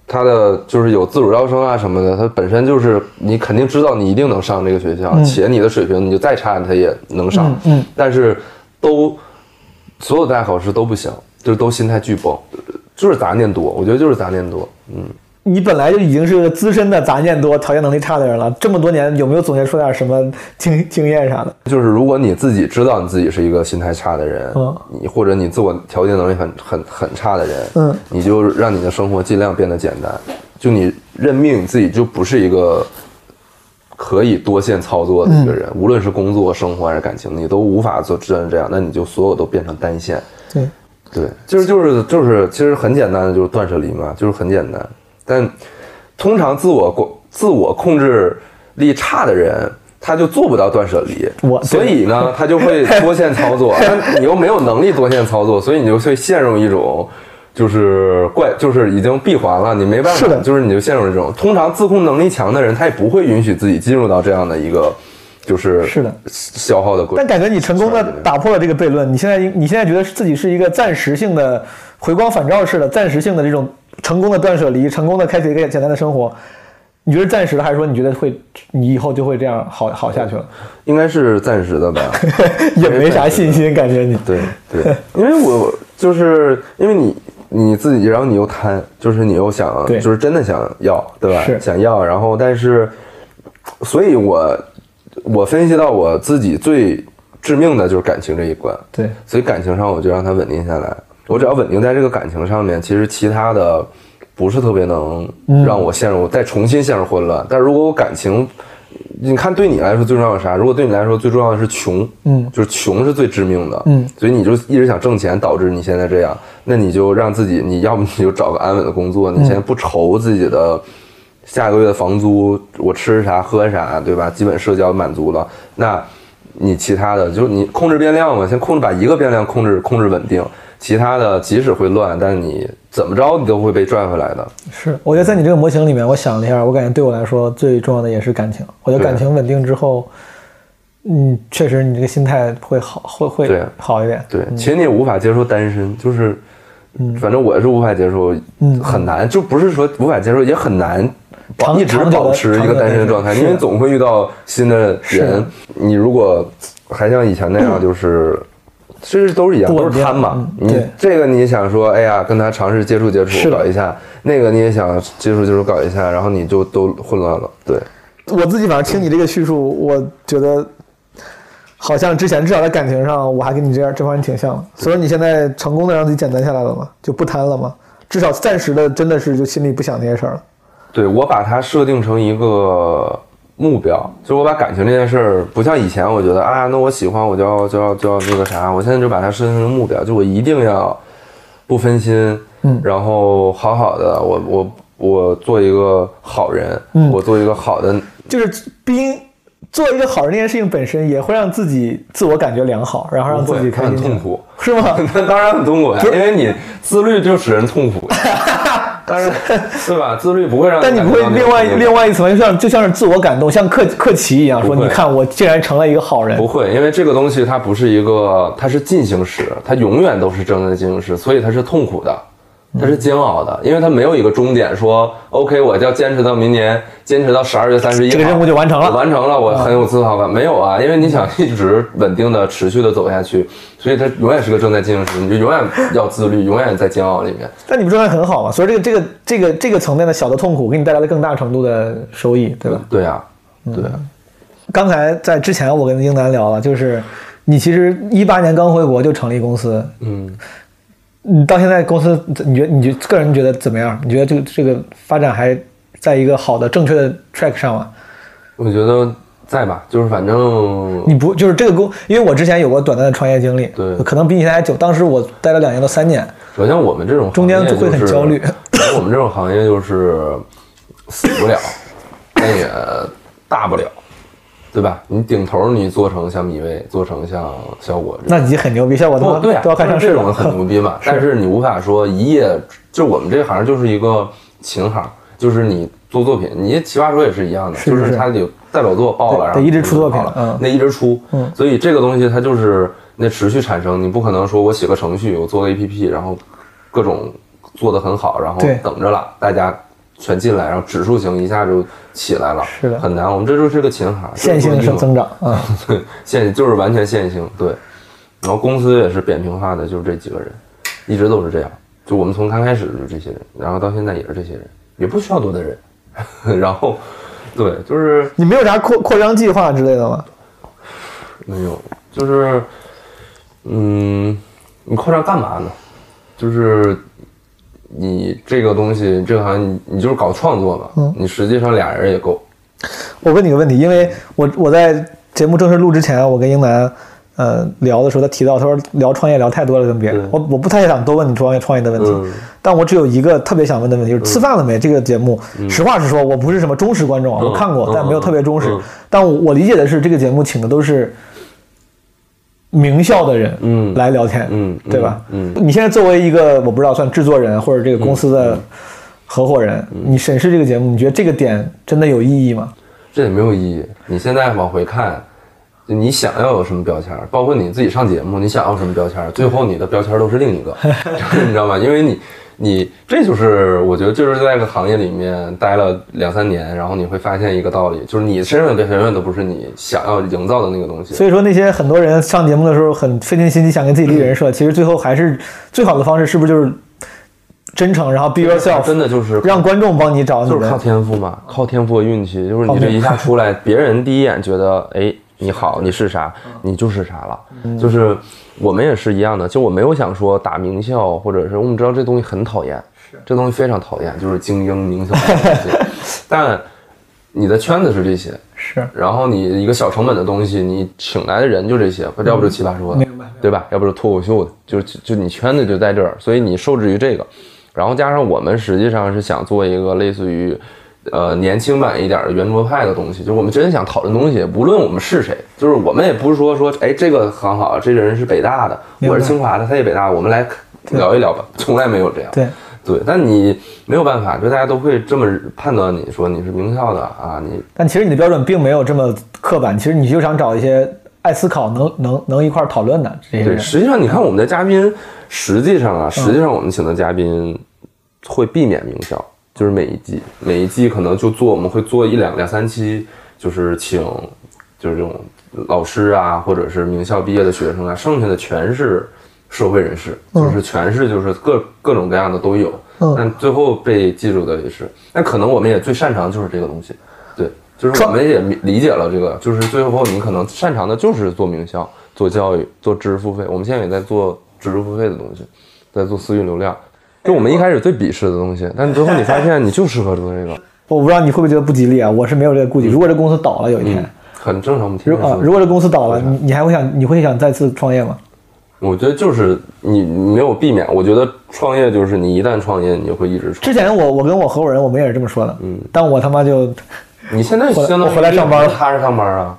它的就是有自主招生啊什么的，它本身就是你肯定知道你一定能上这个学校，且你的水平你就再差它也能上，
嗯嗯
但是都所有的大考试都不行，就是都心态巨崩，就是杂念多，我觉得就是杂念多，嗯。
你本来就已经是个资深的杂念多、调节能力差的人了，这么多年有没有总结出点什么经经验啥的？
就是如果你自己知道你自己是一个心态差的人，
嗯
你或者你自我调节能力很很很差的人，
嗯，
你就让你的生活尽量变得简单，就你认命你自己就不是一个可以多线操作的一个人，
嗯
无论是工作、生活还是感情，你都无法做真的这样，那你就所有都变成单线，
对，
对，就是就是就是，其实很简单的，就是断舍离嘛，就是很简单。但通常自我控自我控制力差的人，他就做不到断舍离，
我
所以呢，他就会多线操作。但你又没有能力多线操作，所以你就会陷入一种。就是怪，就是已经闭环了，你没办法，
是的
就是你就陷入这种。通常自控能力强的人，他也不会允许自己进入到这样的一个，就是
是的
消耗的过程。
但感觉你成功的
是的
打破了这个悖论，你现在你现在觉得自己是一个暂时性的回光返照式的暂时性的这种成功的断舍离，成功的开启一个简单的生活，你觉得暂时的，还是说你觉得会你以后就会这样好好下去了？ <laughs>
应该是暂时的吧，
也没啥信心，感觉你
对
<laughs>
对，因为我就是因为你你自己，然后你又贪，就是你又想，
对
就是真的想要，对吧？
是
想要，然后但是，所以我我分析到我自己最致命的就是感情这一关，
对
所以感情上我就让它稳定下来。我只要稳定在这个感情上面，其实其他的不是特别能
嗯
让我陷入、再重新陷入混乱。但如果我感情，你看对你来说最重要的是啥？如果对你来说最重要的是穷，
嗯
就是穷是最致命的，
嗯，
所以你就一直想挣钱，导致你现在这样，那你就让自己，你要么你就找个安稳的工作，
嗯
你先不愁自己的。下个月的房租，我吃啥喝啥，对吧？基本社交满足了，那你其他的就是你控制变量嘛，先控制把一个变量控制控制稳定，其他的即使会乱，但你怎么着你都会被拽回来的。
是，我觉得在你这个模型里面，我想了一下，我感觉对我来说最重要的也是感情。我觉得
对
感情稳定之后，嗯，确实你这个心态会好，会
对
会好一点。
对，其实你也无法接受单身，就是，反正我是无法接受，
嗯
很难，就不是说无法接受，也很难保。
长
一直
长久的
保持一个单身的状态，
长久的单身
因为
是
总会遇到新的人
是。嗯
你如果还像以前那样，就是其实都是一样，
不
都
稳
是
定
贪嘛
嗯。
你
对
这个你想说，哎呀，跟他尝试接触接触，
是的
搞一下；那个你也想接触接触，搞一下，然后你就都混乱了。对，
我自己反正听你这个叙述，我觉得好像之前至少在感情上，我还跟你这样这方面挺像的。所以你现在成功的让自己简单下来了吗？就不贪了吗？至少暂时的真的是就心里不想那些事儿了。
对我把它设定成一个目标，就我把感情这件事儿，不像以前我觉得啊，那我喜欢我就要就要就要那个啥，我现在就把它设定成目标，就我一定要不分心，
嗯
然后好好的，我我我做一个好人，
嗯
我做一个好的，
就是 being 做一个好人这件事情本身也会让自己自我感觉良好，然后让自己开心
不
起
会
来，
很痛苦 <laughs>
是吗？
那当然很痛苦呀，因为你自律就使人痛
<laughs>
苦呀，当然对吧？自律不会让
但你不会
感觉到
另外
那种
另外一层，就像就像是自我感动，像克克奇一样说：“
不会
你看，我竟然成了一个好人。
<laughs> 不会，因为这个东西它不是一个，它是进行时，它永远都是正在进行时，所以它是痛苦的，它是煎熬
嗯
的，因为它没有一个终点说，OK，我要坚持到明年，坚持到十二月三十一，
这个任务就完成了
我完成了，我很有自豪感。没有啊，因为你想一直稳定的、持续的走下去，所以它永远是个正在进行时，你就永远要自律，永远在煎熬里面。”
但你不状态很好嘛？所以这个这个这个这个层面的小的痛苦，给你带来了更大程度的收益，对吧？嗯
对啊，对啊，
刚才在之前我跟英楠聊了，就是你其实一八年刚回国就成立公司，
嗯，
你到现在公司，你觉你觉个人觉得怎么样？你觉得这个这个发展还在一个好的正确的 track 上吗？
我觉得在吧，就是反正
你不就是这个公？因为我之前有过短暂的创业经历，
对
可能比你现在还久。当时我待了两年到三年，
首先，我们这种
中间
行业
会很
就是
焦虑
我们这种行业就是死不
<laughs>
了，但也大不了，对吧？你顶头你做成像米未，做成像效果这种，
那你很牛逼，像我他
不
妈
对啊，
都要干上
就是
市
这种很
了。
牛逼
<laughs>
嘛。但是你无法说一夜，就我们这行就是一个琴行，就是你做作品，你奇葩说也是一样的，
是
就是
是
他有代表作爆了，
对
然
得
后
一直出作品
爆了
嗯
那一直出
嗯，
所以这个东西它就是那持续产生，你不可能说我写个程序，我做个 APP，然后各种做得很好，然后
对
等着了大家。全进来，然后指数型一下就起来了，
是的
很难。我们这就是个琴行，
线性
生
生增长啊、
对， <laughs> 线就是完全线性，对。然后公司也是扁平化的，就是这几个人，一直都是这样。就我们从刚开始就是这些人，然后到现在也是这些人，也不需要多的人。 <laughs> 然后，对，就是
你没有啥扩扩张计划之类的吗？
没有，就是，嗯，你扩张干嘛呢？就是你这个东西，这个行业你你就是搞创作嘛，你实际上俩人也够。
我问你个问题，因为我我在节目正式录之前，我跟英楠，呃，聊的时候，他提到，他说聊创业聊太多了，跟别人
对，
我我不太想多问你创业创业的问题，
嗯
但我只有一个特别想问的问题，就是吃饭了没？这个节目，实话实说，我不是什么忠实观众啊，
嗯
我看过
嗯，
但没有特别忠实
嗯嗯，
但我我理解的是，这个节目请的都是。名校的人，
嗯
来聊天，
嗯
对吧？
嗯
你现在作为一个我不知道算制作人或者这个公司
嗯
的合伙人，你审视这个节目，你觉得这个点真的有意义吗？
这也没有意义。你现在往回看，就你想要有什么标签儿，包括你自己上节目，你想要什么标签儿，最后你的标签儿都是另一
<laughs>
个，你知道吗？因为你，你这就是我觉得就是在这个行业里面待了两三年，然后你会发现一个道理，就是你身上的标签永远都不是你想要营造的那个东西。
所以说，那些很多人上节目的时候很费尽心机想给自己立人
嗯
设，其实最后还是最好的方式，是不是就是真诚，然后 be
真
yourself，
的就是
让观众帮你找你
就是靠
的。
天赋嘛，靠天赋和运气。就是你这一下出来，别人第一眼觉得，哎，你好，你是啥，你就是啥了。就是我们也是一样的，就我没有想说打名校，或者是我们知道这东西很讨厌，这东西非常讨厌，就是精英名校这种东 <laughs> 西。但你的圈子是这些，
是
然后你一个小成本的东西，你请来的人就这些，要不就奇葩
嗯
说的，对吧？要不就脱口秀的，就就就你圈子就在这儿，所以你受制于这个。然后加上我们实际上是想做一个类似于，呃，年轻版一点的圆桌派的东西，就我们真的想讨论东西，无论我们是谁，就是我们也不是说说，哎，这个很好，这个人是北大的，
明白
我是清华的，他也北大，我们来聊一聊吧，从来没有这样。
对，
对，但你没有办法，就大家都会这么判断你说你是名校的啊，你
但其实你的标准并没有这么刻板，其实你就想找一些爱思考、能能能一块儿讨论的这些
对，
人。
实际上你看我们的嘉宾，实际上啊，实际上我们请的嘉宾会避免名校，就是每一季每一季可能就做我们会做一两两三期，就是请就是这种老师啊，或者是名校毕业的学生啊，剩下的全是社会人士，就是全是就是各各种各样的都有，
嗯
但最后被记住的也是，那可能我们也最擅长就是这个东西，对。就是我
创
们也理解了这个，就是最后你可能擅长的就是做名校、做教育、做知识付费。我们现在也在做知识付费的东西，在做私域流量，就我们一开始最鄙视的东西，但最后你发现你就适合做
<laughs>
这个，
我不知道你会不会觉得不吉利啊？我是没有这个顾
嗯
忌。如果这公司倒了有一天，
很正常。我们听
嗯如啊，如果这公司倒了，你你还会想你会想再次创业吗？
我觉得就是你没有避免，我觉得创业就是你一旦创业，你就会一直创。
之前我我跟我合伙人我们也是这么说的，嗯，但我他妈就
你现在
回来
相当于
我回来上班了
你也不踏实上班啊，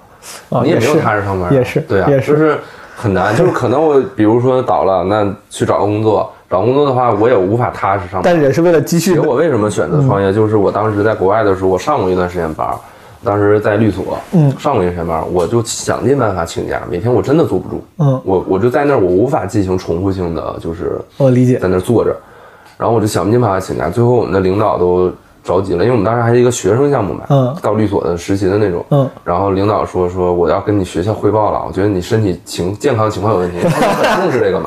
啊，
你也
也
没
是
有踏实上班啊，
也是
对啊，
也是
就是很难，就是可能我比如说倒了，那去找工作，找工作的话我也无法踏实上班。
但也是嗯为了积
其
蓄
实我为什么选择创业，就是我当时在国外的时候，我上过一段时间班儿，当时在律所，
嗯
上过一段时间班儿，我就想尽办法请假，每天我真的坐不住，
嗯
我我就在那儿，我无法进行重复性的，就是
我理解
在那儿坐着，然后我就想尽办法请假，最后我们的领导都着急了，因为我们当时还是一个学生项目嘛，
嗯
到律所的实习的那种，
嗯
然后领导说说我要跟你学校汇报了，我觉得你身体情健康情况有
<laughs>
问题，他说很重视这个嘛，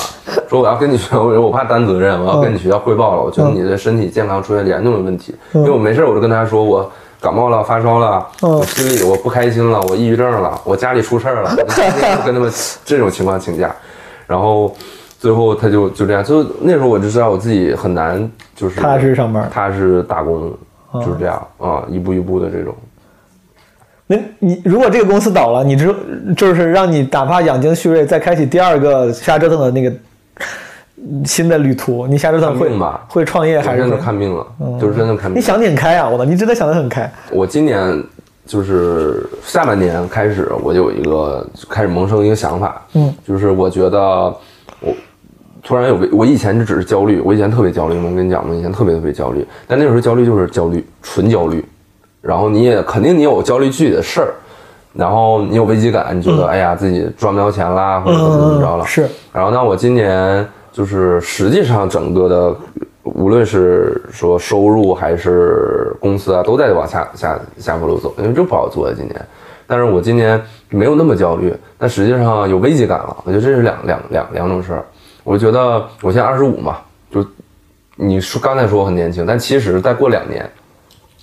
说我要跟你学，我我怕担责任，我要
嗯
跟你学校汇报了，我觉得你的身体健康出现严重的问题，因为我没事我就跟他说我。感冒了，发烧了，
嗯
我心里我不开心了，我抑郁症了，我家里出事儿了，我就天天就跟他们 <laughs> 这种情况请假，然后最后他就就这样，就那时候我就知道我自己很难，就是
踏实上班哦
踏实打工，就是这样啊、一步一步的这种。
那你如果这个公司倒了，你之就是让你哪怕养精蓄锐，再开启第二个瞎折腾的那个嗯新的旅途，你瞎折腾会
看病吧
会创业还是嗯
真的
会
看病了，就是真的看
你
病。
想得很开啊！我操，你真的想得很开。
我今年就是下半年开始，我就有一个开始萌生一个想法，
嗯，
就是我觉得我突然有个，我以前就只是焦虑，我以前特别焦虑，我跟你讲，我以前特别特别焦虑，但那时候焦虑就是焦虑，纯焦虑，然后你也肯定你有焦虑自己的事儿。然后你有危机感，你觉得、
嗯
哎呀自己赚不着钱啦，或者怎么怎么着了，
是
然后呢，我今年就是实际上整个的，无论是说收入还是公司啊，都在往下下下坡路走，因为这不好做呀、啊今年。但是我今年没有那么焦虑，但实际上有危机感了。我觉得这是两两两两种事儿。我觉得我现在二十五嘛，就你说刚才说我很年轻，但其实再过两年，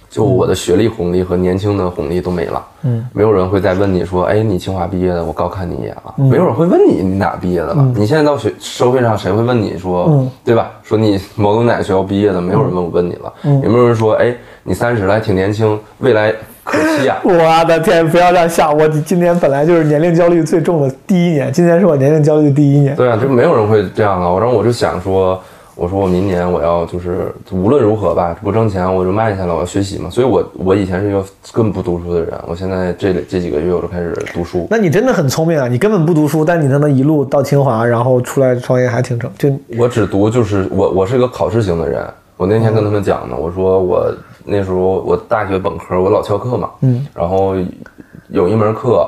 就我的学历红利和年轻的红利都没了。
嗯，
没有人会再问你说，哎，你清华毕业的，我高看你一眼了。没有人会问你你哪毕业的吧？你现在到学社会上，谁会问你说，
嗯。
对吧？说你某某哪学校毕业的，没有人问我问你了。也没有人说，哎，你三十了还挺年轻，未来可期啊
我的天，不要这样吓我！今年本来就是年龄焦虑最重的第一年，今年是我年龄焦虑的第一年。
对啊，就没有人会这样啊。然后我就想说，我说我明年我要就是无论如何吧，不挣钱我就卖下来，我要学习嘛。所以我我以前是一个根本不读书的人，啊我现在这这几个月我就开始读书。
那你真的很聪明啊！你根本不读书，但你他妈一路到清华，然后出来创业还挺成，就
我只读就是我我是一个考试型的人。我那天跟他们讲呢，我说我那时候我大学本科我老翘课嘛，嗯，然后有一门课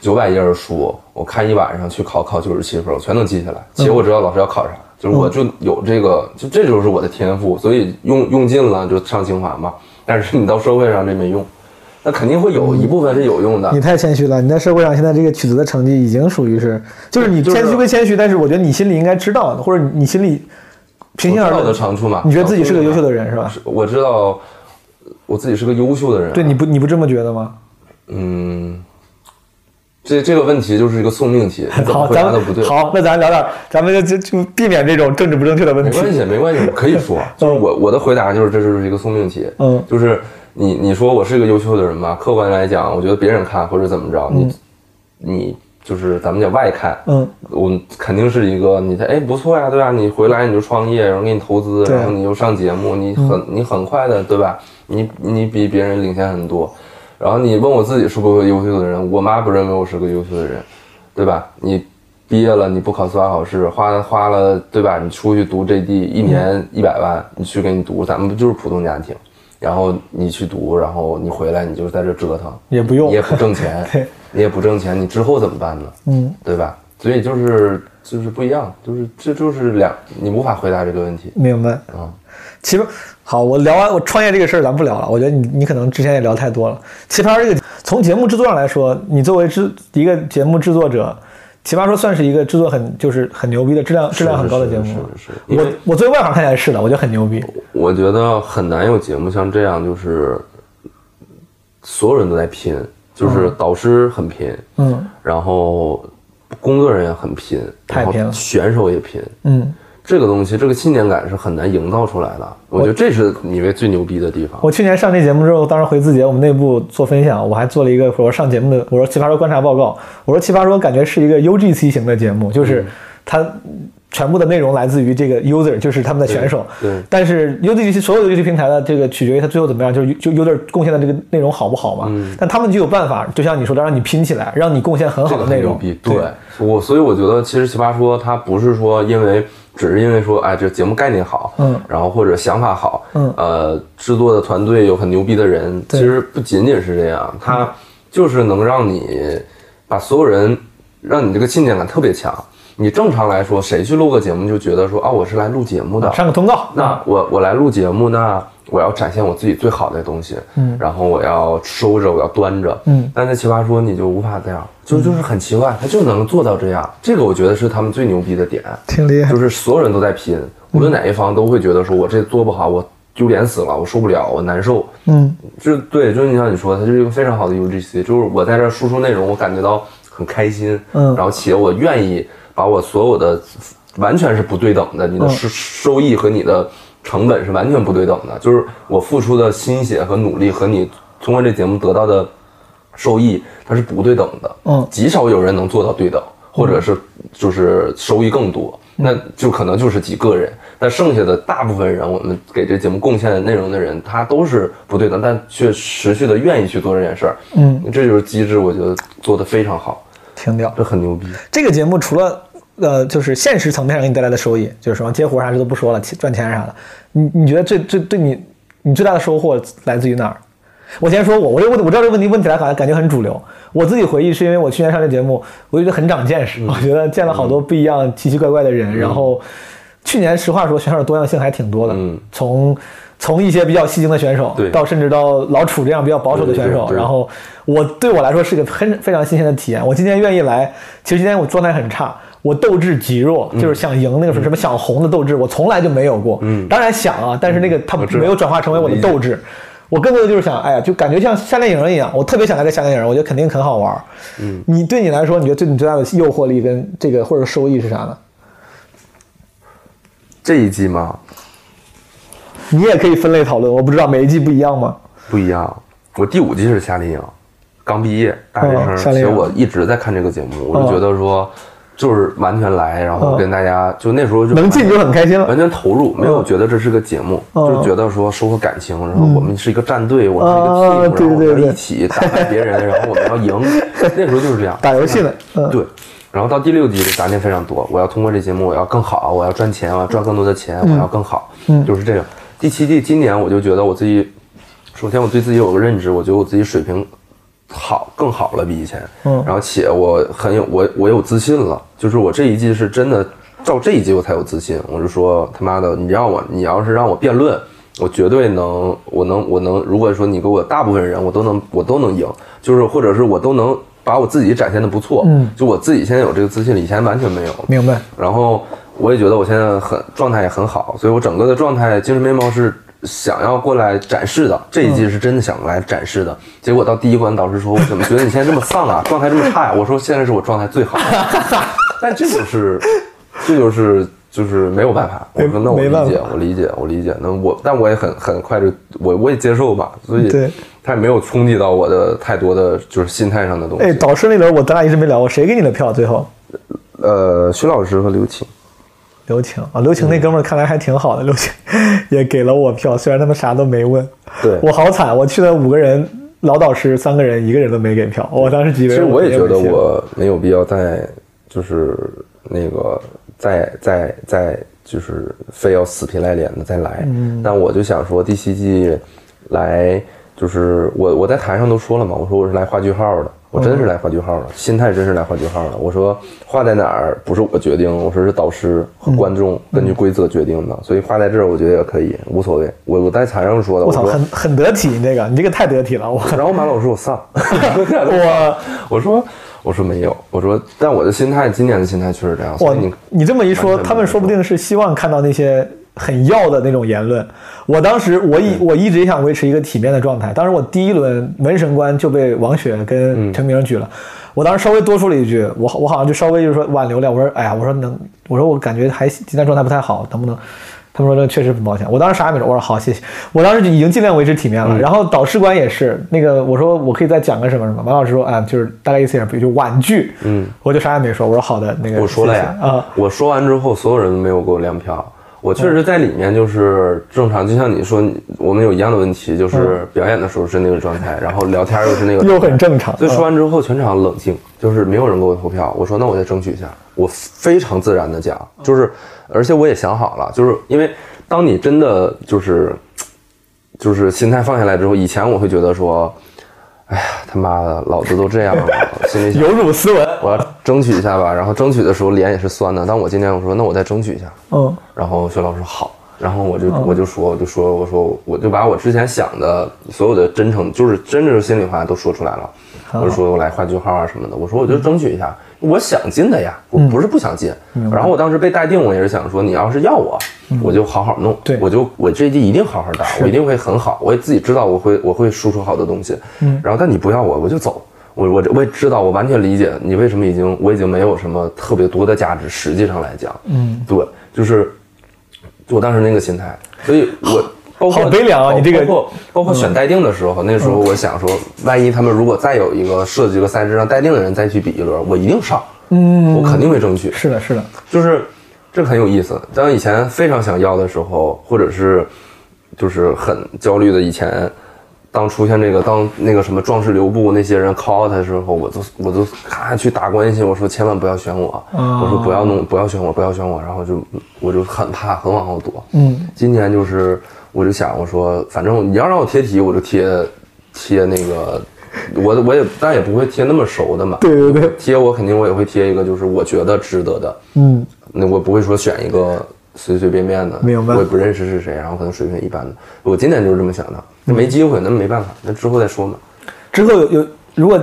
九百页的书，我看一晚上去考考九十七分，我全能记下来。其
嗯
实我知道老师要考啥，就是我就有这个，就这就是我的天赋，所以用用尽了就上清华嘛。但是你到社会上这没用，那肯定会有一部分是有用的。
嗯你太谦虚了。你在社会上现在这个取得的成绩已经属于是，就是你
就是
谦虚归谦虚，但是我觉得你心里应该知道，或者你心里平
我
心
知
而
道我的啊
论，
长处嘛，
你觉得自己是个优秀的人是吧？
是我知道我自己是个优秀的人，啊
对，你不你不这么觉得吗？
嗯，这这个问题就是一个送命题，你怎么
<laughs> 好，
回
咱
答都
们
不对。
好，那咱聊点，咱们就就就避免这种政治不正确的问
没
题。
关系，没关系，我可以说。就是我我的回答就是，这就是一个送命题。
嗯
就是你你说我是一个优秀的人吧，客观来讲，我觉得别人看或者怎么着，你、你就是咱们叫外看，
嗯，
我肯定是一个你在哎不错呀，对吧？你回来你就创业，有人给你投资，
对嗯
然后你又上节目，你很、你很快的，对吧？你你比别人领先很多。然后你问我自己是不是个优秀的人，我妈不认为我是个优秀的人，对吧？你毕业了，你不考司法考试，花花了，
嗯
对吧？你出去读 JD 一年一百万，你去给你读，咱们不就是普通家庭？然后你去读，然后你回来，你就是在这折腾，
也不用
你也不挣钱
对，
你也不挣钱，你之后怎么办呢？
嗯，
对吧？所以就是就是不一样，就是这就是两，你无法回答这个问题。
明白
嗯。
奇葩，好，我聊完我创业这个事儿，咱不聊了。我觉得你你可能之前也聊太多了。奇葩说这个从节目制作上来说，你作为制一个节目制作者，奇葩说算是一个制作很就是很牛逼的质量质量很高的节目
是
吗。
是是是因
我
为
我作为外行看起来是的，我觉得很牛逼。
我觉得很难有节目像这样，就是所有人都在拼，就是导师很拼，
嗯
然后工作人员很拼，
太拼了
然后选手也拼。
嗯，
这个东西，这个信念感是很难营造出来的。我觉得这是你为最牛逼的地方。
我去年上这节目之后，当时回字节我们内部做分享，我还做了一个
嗯
我说上节目的我说奇葩说观察报告，我说奇葩说感觉是一个 UGC 型的节目，就是。它全部的内容来自于这个 user，就是他们的选手。
对对
但是 UGC 所有的游戏平台的这个取决于它最后怎么样，就是就 user 贡献的这个内容好不好嘛。但他们就有办法，就像你说的，让你拼起来，让你贡献很
嗯这
好
个
的
很
内
牛
容。
逼。对我，所以我觉得其实奇葩说它不是说因为只是因为说哎这节目概念好，
嗯
然后或者想法好，
嗯
呃，制作的团队有很牛逼的人，其
对嗯
实不仅仅是这样，它就是能让你把所有人让你这个信念感特别强。你正常来说，谁去录个节目就觉得说啊，我是来录节目的，
上个通告，
那我我来录节目，那我要展现我自己最好的东西，
嗯
然后我要收着，我要端着，
嗯
但在奇葩说你就无法这样，就就是很奇怪，他就能做到这样，这个我觉得是他们最牛逼的点，
挺厉害
就。是所有人都在拼，无
嗯
论哪一方都会觉得说我这做不好，我丢脸死了，我受不了，我难受，
嗯，
就对，就是你像你说，它就是一个非常好的 UGC，就是我在这儿输出内容，我感觉到很开心，
嗯
然后且我愿意把我所有的完全是不对等的，你的
嗯
收收益和你的成本是完全不对等的，就是我付出的心血和努力和你通过这节目得到的收益，它是不对等的，
嗯
极少有人能做到对等，或者是就是收益更多，
嗯
那就可能就是几个人。但剩下的大部分人，我们给这节目贡献的内容的人，他都是不对等，但却持续的愿意去做这件事儿。
嗯，
这就是机制，我觉得做的非常好，
挺屌。
这很牛逼。
这个节目除了呃，就是现实层面上给你带来的收益，就是什么接活啥这都不说了，赚钱啥的，你你觉得最最对你你最大的收获来自于哪儿？我先说我，我这个问我知道这个问题问起来好像感觉很主流。我自己回忆是因为我去年上这节目，我觉得很长见
嗯
识，我觉得见了好多不一样、奇奇怪怪的人。然后去年实话说，选手多样性还挺多的，
嗯
从从一些比较戏精的选手
对，
到甚至到老楚这样比较保守的选
对对
手，
对对
然后。我对我来说是个很非常新鲜的体验。我今天愿意来，其实今天我状态很差，我斗志极弱，就是想赢那个什么什么想红的斗志，我从来就没有过。
嗯
当然想啊，但是那个它
知道
没有转化成为我的斗志。我更多的就是想，哎呀，就感觉像夏令营一样，我特别想来个夏令营，我觉得肯定很好玩。嗯，你对你来说，你觉得对你最大的诱惑力跟这个或者收益是啥呢？
这一季嘛嗯
你也可以分类讨论，我不知道每一季不一样吗？
不一样，我第五季是夏令营，刚毕业大学生，
嗯夏
其
令
实
营
我一直在看这个节目，我就
嗯
觉得说就是完全来，然后
嗯
跟大家就那时候就
能进就很开心了
完。全投入，没
呃
有觉得这是个节目，
嗯
就是觉得说收获感情，然后我们是一个战队，我
啊
是一个 team，、
对
然后我
对
们要
对
一起打败别
<laughs>
人，然后我们要赢。那时候就是这样，
打游戏呢，嗯，
对。然后到第六季的杂念非常多，我要通过这节目，我要更好，我要赚钱，我要赚更多的钱，我要更好，
嗯
就是这样。第七季今年我就觉得我自己，首先我对自己有个认知，我觉得我自己水平好更好了，比以前，
嗯
然后且我很有我我有自信了，就是我这一季是真的照这一季我才有自信，我就说他妈的，你让我你要是让我辩论，我绝对能，我能我能，如果说你给我大部分人我都能我都能赢，就是或者是我都能把我自己展现的不错，
嗯
就我自己现在有这个自信了，以前完全没有，
明白。
然后我也觉得我现在很状态也很好，所以我整个的状态精神面貌是想要过来展示的。这一季是真的想来展示的，结果到第一关导师说：“我怎么觉得你现在这么丧啊，状态这么差呀、我说：“现在是我状态最好的。”但这就是，这就是。就是没有办法，我
没
说那我
没办
理解
法，
我理解，我理解。那我，但我也很很快就我我也接受吧，所以
对
他也没有冲击到我的太多的就是心态上的东西。
哎，导师那轮我咱俩一直没聊过，谁给你的票？最后
呃，徐老师和刘琴，
刘晴啊，刘晴
嗯
那哥们儿看来还挺好的，刘晴 <laughs> 也给了我票，虽然他们啥都没问。
对
我好惨，我去了五个人，老导师三个人，一个人都没给票。我当时以
其
为
实我也觉
没
得
戏了
我没有必要再就是那个再再再就是非要死皮赖脸的再来。但我就想说第七季来就是我我在台上都说了嘛，我说我是来画句号的。我真是来画句号的，心态真是来画句号的。我说画在哪儿不是我决定，我说是导师和观众根据规则决定的，所以画在这儿我觉得也可以，无所谓。我我在台上说的，
我
我
操，
说
很，很得体，你这个你这个太得体了，我
然后马老师我丧，
我
<laughs> 我说我说没有，我说但我的心态今年的心态确实这样，所
我
以你
你这么一
完
说，
全
他们
没
说不定是希望看到那些很要的那种言论。我当时我一我一直想维持一个体面的状态，当时我第一轮门神官就被王雪
嗯
跟陈明举了。我当时稍微多说了一句，我好我好像就稍微就是说挽留了，我说哎呀，我说能，我说我感觉还今天状态不太好，能不能？他们说这确实不抱歉，我当时啥也没说，我说好谢谢，我当时已经尽量维持体面
嗯
了。然后导师官也是那个，我说我可以再讲个什么什么，王老师说啊、就是大概意思也不就婉拒，嗯，我就啥也没说，我说好的，那个
我说了呀
谢谢啊、
我说完之后，所有人都没有给我亮票。我确实在里面就是正常，就像你说，你我们有一样的问题，
嗯
就是表演的时候是那个状态，然后聊天又是
<laughs>
那个，
又很正常啊
所以说完之后，全场冷静，就是没有人给我投票。我说那我再争取一下，我非常自然的讲，就是而且我也想好了，就是因为当你真的就是就是心态放下来之后，以前我会觉得说，哎呀他妈的，老子都这样了，心里想
有辱斯文，
我要争取一下吧。然后争取的时候脸也是酸的，但我今天我说那我再争取一下。
嗯
然后薛老师说好，然后我就我就说我就说我说我就把我之前想的所有的真诚，就是真的是心里话都说出来了。我就说我来画句号啊什么的，我说我就争取一下，我想进的呀，我不是不想进。然后我当时被待定，我也是想说你要是要我，我就好好弄，
对
我就我这一季一定好好打，我一定会很好，我也自己知道我会我会输出好的东西。然后但你不要我，我就走。我我我也知道，我完全理解你为什么已经我已经没有什么特别多的价值，实际上来讲，嗯，对，就是就我当时那个心态，所以我包括
好悲凉啊
包
你这个嗯
包括包括选待定的时候，那时候我想说，万一他们如果再有一个设计一个赛制让待定的人再去比一轮，我一定上，嗯，我肯定会争取，
是的，是的，
就是这很有意思。当以前非常想要的时候，或者是就是很焦虑的以前，当出现这个当那个什么壮士留步那些人 call out 的时候，我都我都咔去打关系，我说千万不要选我，
哦
我说不要弄不要选我不要选我，然后就我就很怕很往后躲。
嗯，
今年就是我就想我说，反正你要让我贴题，我就贴贴那个。我我也但也不会贴那么熟的嘛，
对对对，
贴我肯定我也会贴一个，就是我觉得值得的，
嗯，
那我不会说选一个随随便便的，
明白
我也不认识是谁，然后可能水平一般的。我今年就是这么想的，那
嗯
没机会，那没办法，那之后再说嘛。
之后有有如果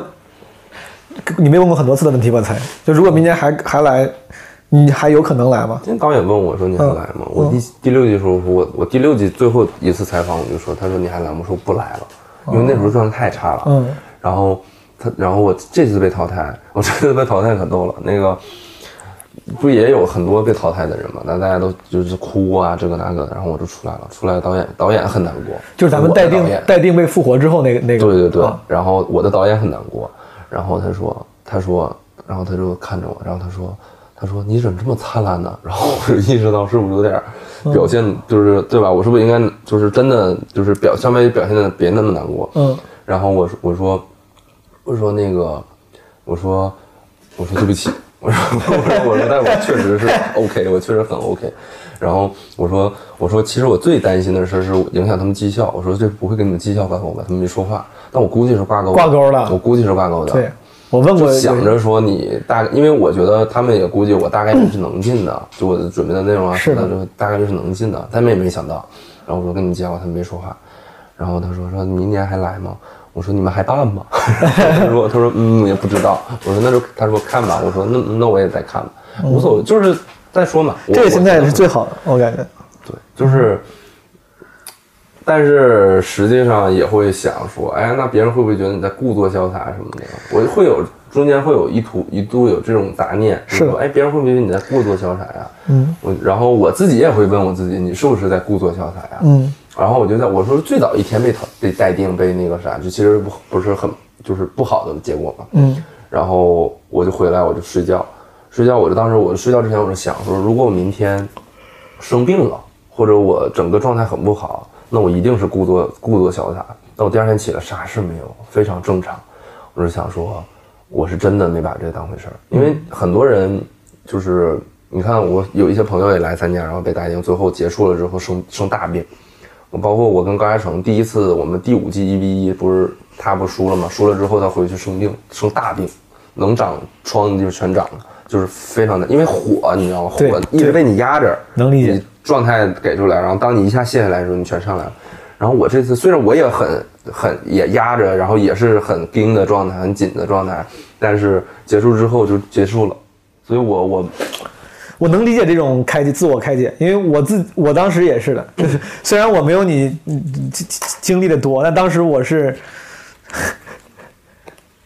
你没问过很多次的问题吧，我猜就如果明年还
嗯
还来，你还有可能来吗？
今天导演问我说
嗯
你还来吗？我第第六季的时候，我说我我第六季最后一次采访我就说，他说你还来吗？我说不来了，因为那时候状态太差了。
哦嗯，
然后他，然后我这次被淘汰，我这次被淘汰可逗了，那个。不也有很多被淘汰的人嘛？那大家都就是哭啊，这个那个的，然后我就出来了。出来导演导演很难过，
就是咱们
我的
待
导演
定待定被复活之后那个那个，
对对对
啊，
然后我的导演很难过，然后他说，他说，然后他就看着我，然后他说，他说你怎么这么灿烂呢？ <laughs> 然后我就意识到是不是有点儿
嗯
表现，就是对吧？我是不是应该就是真的就是表相当于表现的别那么难过？
嗯，
然后我说我说我说那个我说我说对不起，我说我说我说，但我确
<laughs>
实是 OK，我确实很 OK。然后我说我说，其实我最担心的事是影响他们绩效。我说这不会跟你们绩效挂钩吧？他们没说话，但我估计是挂钩的
挂钩的
我估计是挂钩的。
对，我问过
就想着说你大，因为我觉得他们也估计我大概率是能进的，就我准备的内容啊
是
什
的
么的，就大概率是能进的。他们也没想到，然后我说跟你讲，他们没说话，然后他说说明年还来吗？我说你们还办吗？ <laughs> 他说他说嗯也不知道。我说那就他说看吧。我说那那我也再看吧，无所谓，就是再说嘛。我
这个
我
心态
觉得
是最好的，我感觉。
对，就是，但是实际上也会想说，哎，那别人会不会觉得你在故作潇洒什么的？我会有中间会有一途一度有这种杂念，就是
的
说，哎，别人会不会觉得你在故作潇洒呀？
嗯，
我然后我自己也会问我自己，你是不是在故作潇洒呀？
嗯，
然后我就在我说最早一天被淘被待定被那个啥，就其实不不是很就是不好的结果嘛。
嗯，
然后我就回来我就睡觉，睡觉我就当时我睡觉之前我就想说，如果我明天生病了，或者我整个状态很不好，那我一定是故作故作潇洒。那我第二天起来啥事没有，非常正常。我是想说，我是真的没把这当回事儿，因为很多人就是你看我有一些朋友也来参加，然后被打赢，最后结束了之后生生大病。我包括我跟高嘉诚第一次我们第五季一 v 一不是他不输了吗？输了之后他回去生病，生大病，能长疮就全长了，就是非常的，因为火你知道吗？
对
火一直被你压着，
能理解
你状态给出来，然后当你一下卸下来的时候，你全上来了。然后我这次虽然我也很很也压着，然后也是很盯的状态，很紧的状态，但是结束之后就结束了。所以我我
我能理解这种开解，自我开解，因为我自我当时也是的，
嗯
就是虽然我没有 <laughs> 你嗯经经历的多，但当时我是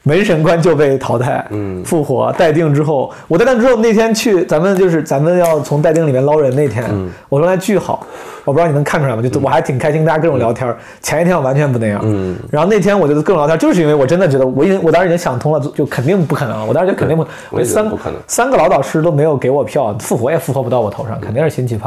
门神官就被淘汰，
嗯
复活待定之后，我待定之后那天去，咱们就是咱们要从待定里面捞人那天，
嗯
我状态巨好，我不知道你能看出来吗？就我还挺开心，大家各种聊天儿。前一天我完全不那样，
嗯，
然后那天我就各种聊天，就是因为我真的觉得我已经我当时已经想通了，就就肯定不可能了，我当时就肯定不，
我也
这
觉得
三
不可能
三个老导师都没有给我票，复活也复活不到我头上，肯定是新奇葩。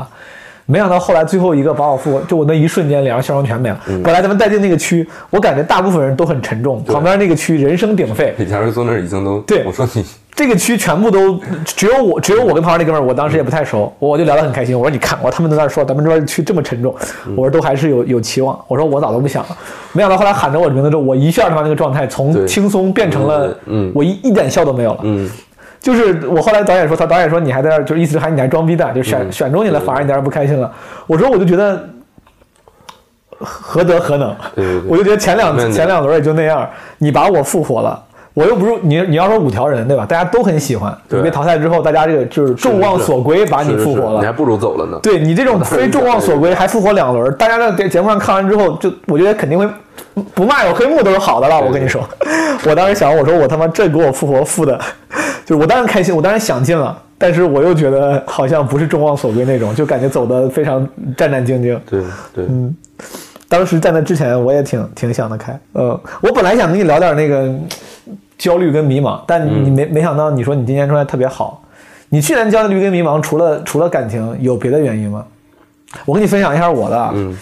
没想到后来最后一个把我复活，就我那一瞬间脸上笑容全没了。
嗯
本来咱们待定那个区，我感觉大部分人都很沉重，旁边那个区人声鼎沸，
李佳瑞坐那儿已经都，
对
我说你
这个区全部都只有我，只有我跟旁边那哥们儿，我当时也不太熟，我就聊得很开心。我说你看，我说他们都在那说咱们这边区这么沉重，
嗯
我说都还是有有期望。我说我早都不想了，没想到后来喊着我的名字之后，我一下他妈那个状态从
对
轻松变成了，
嗯嗯
我一一点笑都没有了，
嗯，
就是我后来导演说，他导演说你还在那儿，就是意思是喊你还装逼蛋，就选、
嗯
选中你了，反而你在那儿不开心了。我说我就觉得何德何能，
对对对
我就觉得前两
那你
前两轮也就那样，你把我复活了。我又不是你，你要说五条人对吧？大家都很喜欢，
对
你被淘汰之后，大家这个就是众望所归，把你
是是
复
是
活了。
你还不如走了呢。
对你这种非众望所归还复活两轮，大家在节目上看完之后，就我觉得肯定会不骂有黑幕都是好的了。我跟你说， <laughs> 我当时想，我说我他妈这给我复活复的， <laughs> 就是我当然开心，我当然想进了，但是我又觉得好像不是众望所归那种，就感觉走的非常战战兢兢。
对对，
嗯当时在那之前，我也挺挺想得开。呃，我本来想跟你聊点那个嗯焦虑跟迷茫，但你没、没想到你说你今年状态特别好。你去年焦虑跟迷茫，除了除了感情，有别的原因吗？我跟你分享一下我的啊。
嗯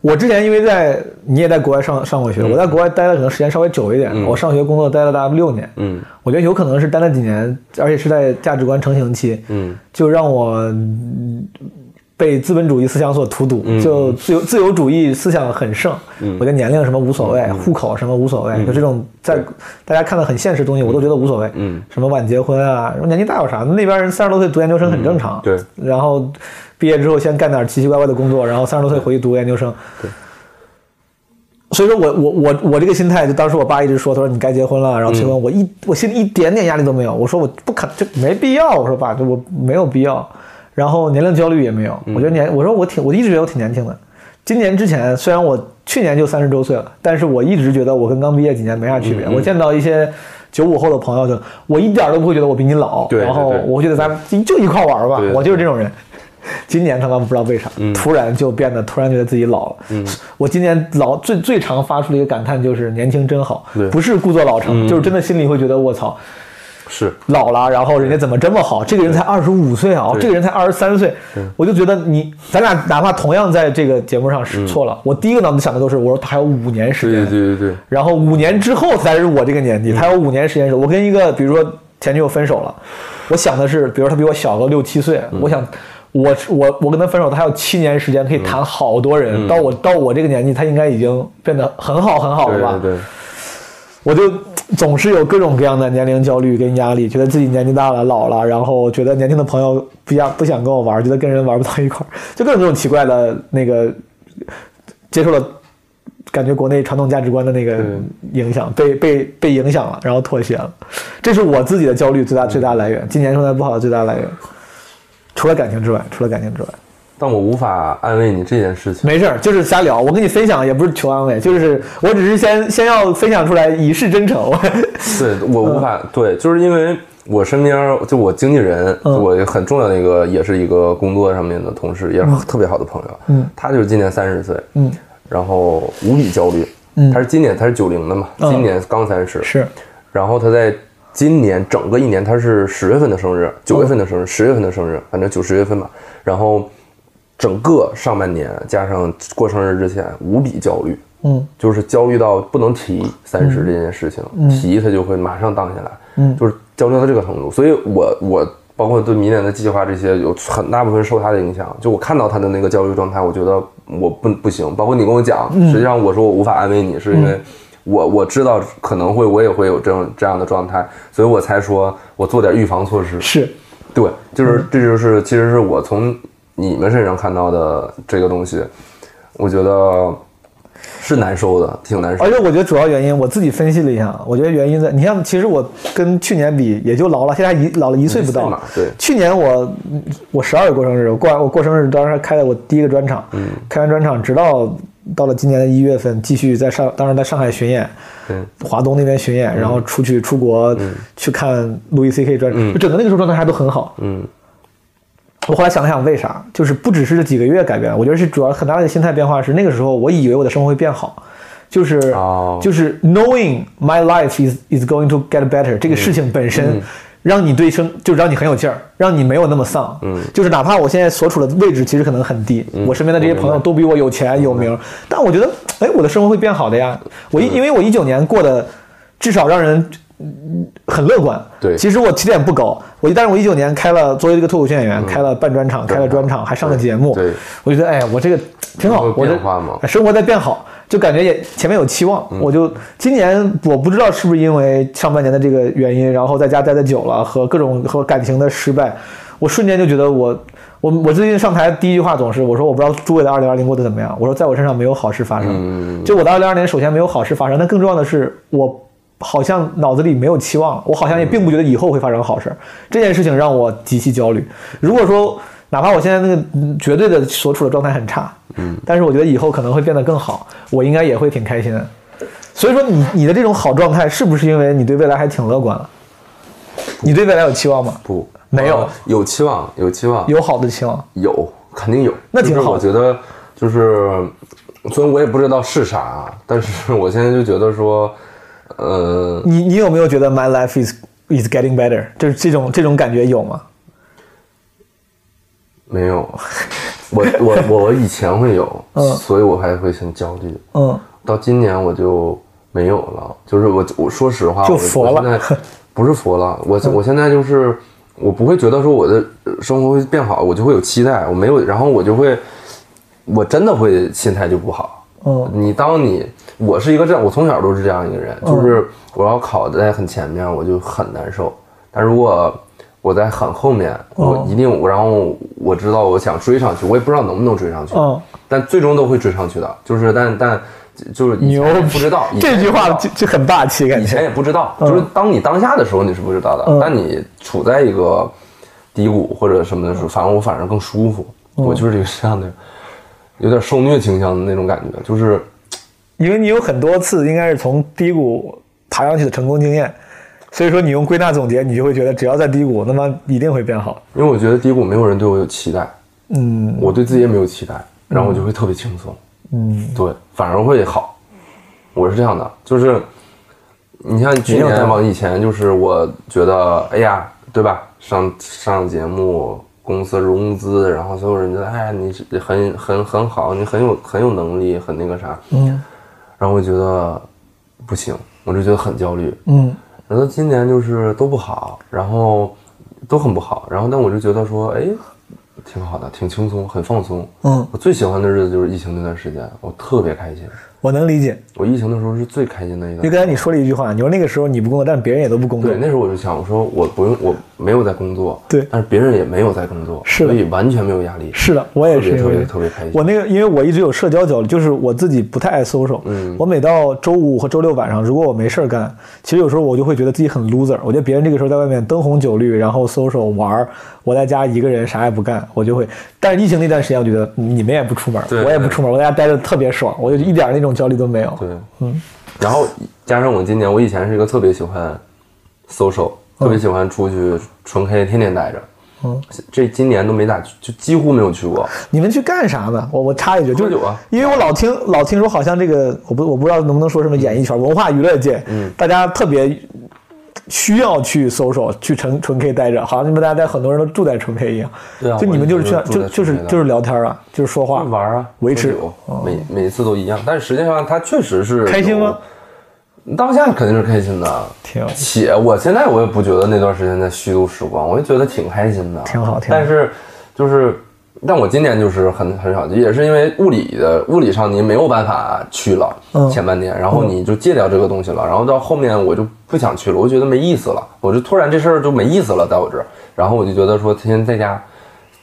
我之前因为在你也在国外上上
嗯
过学，我在国外待的可能时间稍微久一点，我上学工作待了大概六年。
嗯
我觉得有可能是待了几年，而且是在价值观成型期，
嗯，
就让我嗯被资本主义思想所荼毒，
嗯
就自由自由主义思想很盛，我觉得年龄什么无所谓，
嗯
户口什么无所谓，就这种在大家看的很现实的东西，我都觉得无所谓，
嗯，
什么晚结婚啊，什么年纪大有啥？那边人三十多岁读研究生很正常，
嗯对
然后毕业之后先干点奇奇怪怪的工作，然后三十多岁回去读研究生，所以说我我我我这个心态，就当时我爸一直说，他说你该结婚了，然后
嗯
催婚，我一我心里一点点压力都没有。我说我不可就没必要，我说爸，就我没有必要。然后年龄焦虑也没有，
嗯
我觉得年，我说我挺，我一直觉得我挺年轻的。今年之前，虽然我去年就三十周岁了，但是我一直觉得我跟刚毕业几年没啥区
嗯
别。我见到一些九五后的朋友就，我一点都不会觉得我比你老，
对对
然后
对
我觉得咱们就一块玩儿吧
对，对
我就是这种人。今年他妈不知道为啥，
嗯
突然就变得突然觉得自己老了。我今年老最最常发出的一个感叹就是年轻真好
对，嗯
不是故作老成，就是真的心里会觉得我操
是
老了，然后人家怎么这么好？这个人才二十五岁啊，哦这个人才二十三岁，
嗯
我就觉得你咱俩哪怕同样在这个节目上使错了，我第一个脑子想的都是我说他还有五年时间
嗯对，对对对，
然后五年之后才是我这个年纪，他有五年时间是，我跟一个比如说前女友分手了，我想的是，比如说他比我小个六七岁，
嗯
我想我我我跟他分手，他还有七年时间可以谈好多
嗯
人，到我到我这个年纪，他应该已经变得很好很好
对
了吧？
对对，
我就总是有各种各样的年龄焦虑跟压力，觉得自己年纪大了、老了，然后觉得年轻的朋友不想不想跟我玩，觉得跟人玩不到一块儿，就各种各种奇怪的那个接受了。感觉国内传统价值观的那个影响被被被影响了，然后妥协了，这是我自己的焦虑最大最大来源。今年状态不好的最大来源，除了感情之外，除了感情之外，
但我无法安慰你这件事情。
没事儿，就是瞎聊。我跟你分享也不是求安慰，就是我只是先先要分享出来以示真诚。 <laughs>
对我无法、对，就是因为我身边儿就我经纪人，
嗯
我很重要的一个也是一个工作上面的同事，也是特别好的朋友。
嗯，
他就是今年三十岁，
嗯，
然后无比焦虑。
嗯
他是今年他是九零的嘛，
嗯
今年刚三十、
是，
然后他在今年整个一年，他是十月份的生日，九
嗯
月份的生日，十、月份的生日，反正九十月份吧。然后整个上半年加上过生日之前，无比焦虑。
嗯
就是焦虑到不能提三十这件事情，提他就会马上荡下来，
嗯
就是焦虑到这个程度。所以我我包括对明年的计划这些，有很大部分受他的影响。就我看到他的那个焦虑状态，我觉得我不不行。包括你跟我讲，
嗯
实际上我说我无法安慰你，是因为我我知道可能会我也会有这种这样的状态，所以我才说我做点预防措施。
是，
对，
嗯
就是这就是其实是我从你们身上看到的这个东西，我觉得是难受的，挺难受
而
的。
且我觉得主要原因我自己分析了一下，啊我觉得原因在你像，其实我跟去年比也就老了，现在一老了一岁不
一岁
到
嘛。对
去年我
嗯
我十二月过生日，我过我过生日当时还开了我第一个专场，开完专场直到到了今年的一月份，继续在上，当然在上海巡演，
嗯，
华东那边巡演，然后出去出国去看路易 C K 专场，就整个那个时候状态还都很好。
嗯
我后来想了想，为啥？就是不只是这几个月改变，我觉得是主要很大的心态变化是那个时候我以为我的生活会变好，就是、
哦
就是 knowing my life is is going to get better 这个事情本
嗯
身。让你对生就让你很有劲儿，让你没有那么丧。嗯，就是哪怕我现在所处的位置其实可能很低，
嗯
我身边的这些朋友都比我有钱有名儿，但我觉得，哎，我的生活会变好的呀。我一因为我一九年过得至少让人嗯很乐观。
对
其实我起点不高，我但是我一九年开了作为一个脱口秀演员，开了半专场，开了专场，还上了节目。
嗯对
我觉得哎，我这个挺好，
会
我这
变化嗯嘛
生活在变好，就感觉也前面有期望。我就今年我不知道是不是因为上半年的这个原因，然后在家待的久了和各种和感情的失败，我瞬间就觉得我。我我最近上台第一句话总是我说我不知道诸位的二零二零过得怎么样，我说在我身上没有好事发生，
嗯
就我的二零二年首先没有好事发生，但更重要的是我好像脑子里没有期望了，我好像也并不觉得以后会发生好事儿。这件事情让我极其焦虑。如果说哪怕我现在那个嗯绝对的所处的状态很差，嗯，但是我觉得以后可能会变得更好，我应该也会挺开心的。所以说你你的这种好状态，是不是因为你对未来还挺乐观了？你对未来有期望吗？
不
没有
呃有期望有期望
有好的期望，
有，肯定有。
那挺好
就是我觉得就是，虽然我也不知道是啥啊，但是我现在就觉得说，呃，
你你有没有觉得 my life is is getting better？就是这种这种感觉有吗？
没有，我我我我以前会有，所以我还会很焦虑。
嗯，
到今年我就没有了，就是我我说实话，
就
我
佛了
我
嗯
现
<laughs>
在不是佛了，我我现在就是我不会觉得说我的呃生活会变好，我就会有期待，我没有，然后我就会，我真的会心态就不好。
嗯
你当你我是一个这样，我从小都是这样一个人，
嗯
就是我要考在很前面，我就很难受。但如果我在很后面，
嗯
我一定，然后我知道我想追上去，我也不知道能不能追上去，
嗯
但最终都会追上去的。就是但但就是以
牛
前也不知道，以前
这句话
也不知
就
道
就很霸气，感
以
觉
前也不知道，就是当你当下的时候你是不知道的，
嗯
但你处在一个低谷或者什么的时候，反正我反正更舒服，
嗯
我就是一个这样的，有点受虐倾向的那种感觉，就是。
因为你有很多次应该是从低谷爬上去的成功经验，所以说你用归纳总结，你就会觉得只要在低谷，那么一定会变好。
因为我觉得低谷没有人对我有期待，
嗯，
我对自己也没有期待，然后我就会特别轻松，嗯，对，反而会好。我是这样的，就是你像去
没有道
年
理
往以前，就是我觉得，哎呀，对吧？上上节目，公司融资，然后所有人觉得，哎呀，你是很很很好，你很有很有能力，很那个啥，
嗯
然后我觉得不行，我就觉得很焦虑，
嗯
然后今年就是都不好，然后都很不好，然后但我就觉得说，哎，挺好的，挺轻松，很放松。
嗯，
我最喜欢的日子就是疫情那段时间，我特别开心。
我能理解。
我疫情的时候是最开心的一
因为
段。
刚才你说了一句话，你说那个时候你不工作，但别人也都不工作
对，。那时候我就想，我说我不用，我没有在工作，
对
但是别人也没有在工作，
是的
所以完全没有压力。
是的，我也是因为
特别特别特别开心
我那个，因为我一直有社交焦虑，就是我自己不太爱 social。
嗯
我每到周五和周六晚上，如果我没事儿干，其实有时候我就会觉得自己很 loser。我觉得别人这个时候在外面灯红酒绿，然后 social 玩儿，我在家一个人啥也不干，我就会。但是疫情那段时间，我觉得你们也不出门
对，
我也不出门，我在家待着特别爽，我就一点儿那种焦虑都没有。
对，嗯。然后加上我今年，我以前是一个特别喜欢 social，特
嗯
别喜欢出去纯 K，天天待着。嗯，这今年都没咋去，就几乎没有去过。
你们去干啥呢？我我插一句，
喝
就是
酒啊
因为我老听老听说，好像这个我不我不知道能不能说什么演艺圈、文化娱乐界，嗯，大家特别需要去 social 去纯纯 K 待着，好像你们大家在很多人都住在纯 K 一样，
对啊
就你们就是去
我也是
就
住在
就
纯
是
K 的
就是聊天啊，就是说话
就玩啊，
维持
喝酒每每一次都一样，但实际上它确实是
嗯开心吗
有？当下肯定是开心的，
挺
且我现在我也不觉得那段时间在虚度时光，我就觉得挺开心的，啊
挺好挺好
但是就是，但我今年就是很很少，也是因为物理的物理上你没有办法去了、
嗯
前半年，然后你就戒掉这个东西了，然后到后面我就不想去了，我觉得没意思了，我就突然这事儿就没意思了，在我这儿，然后我就觉得说天天在家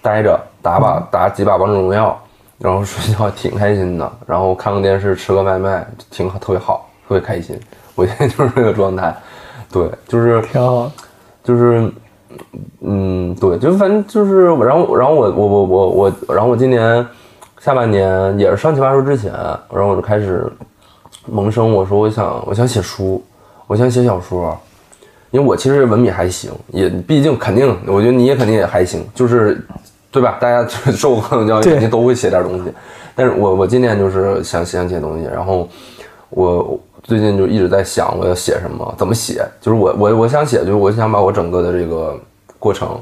待着打把、打几把王者荣耀，然后睡觉挺开心的， <laughs> 然后看个电视吃个外卖，挺好，特别好，特别开心。我现在就是这个状态，对，就是
挺好，
就是，嗯，对，就反正就是，然后然后我我我我我，然后我今年下半年也是上奇葩说之前，然后我就开始萌生我说我想我想写书，我想写小说，因为我其实文笔还行，也毕竟肯定，我觉得你也肯定也还行，就是对吧？大家受过高等教育，
对
肯定都会写点东西。但是我我 <laughs> 今年就是想想写东西，然后我最近就一直在想我要写什么，怎么写，就是我我我想写，就是我想把我整个的这个过程，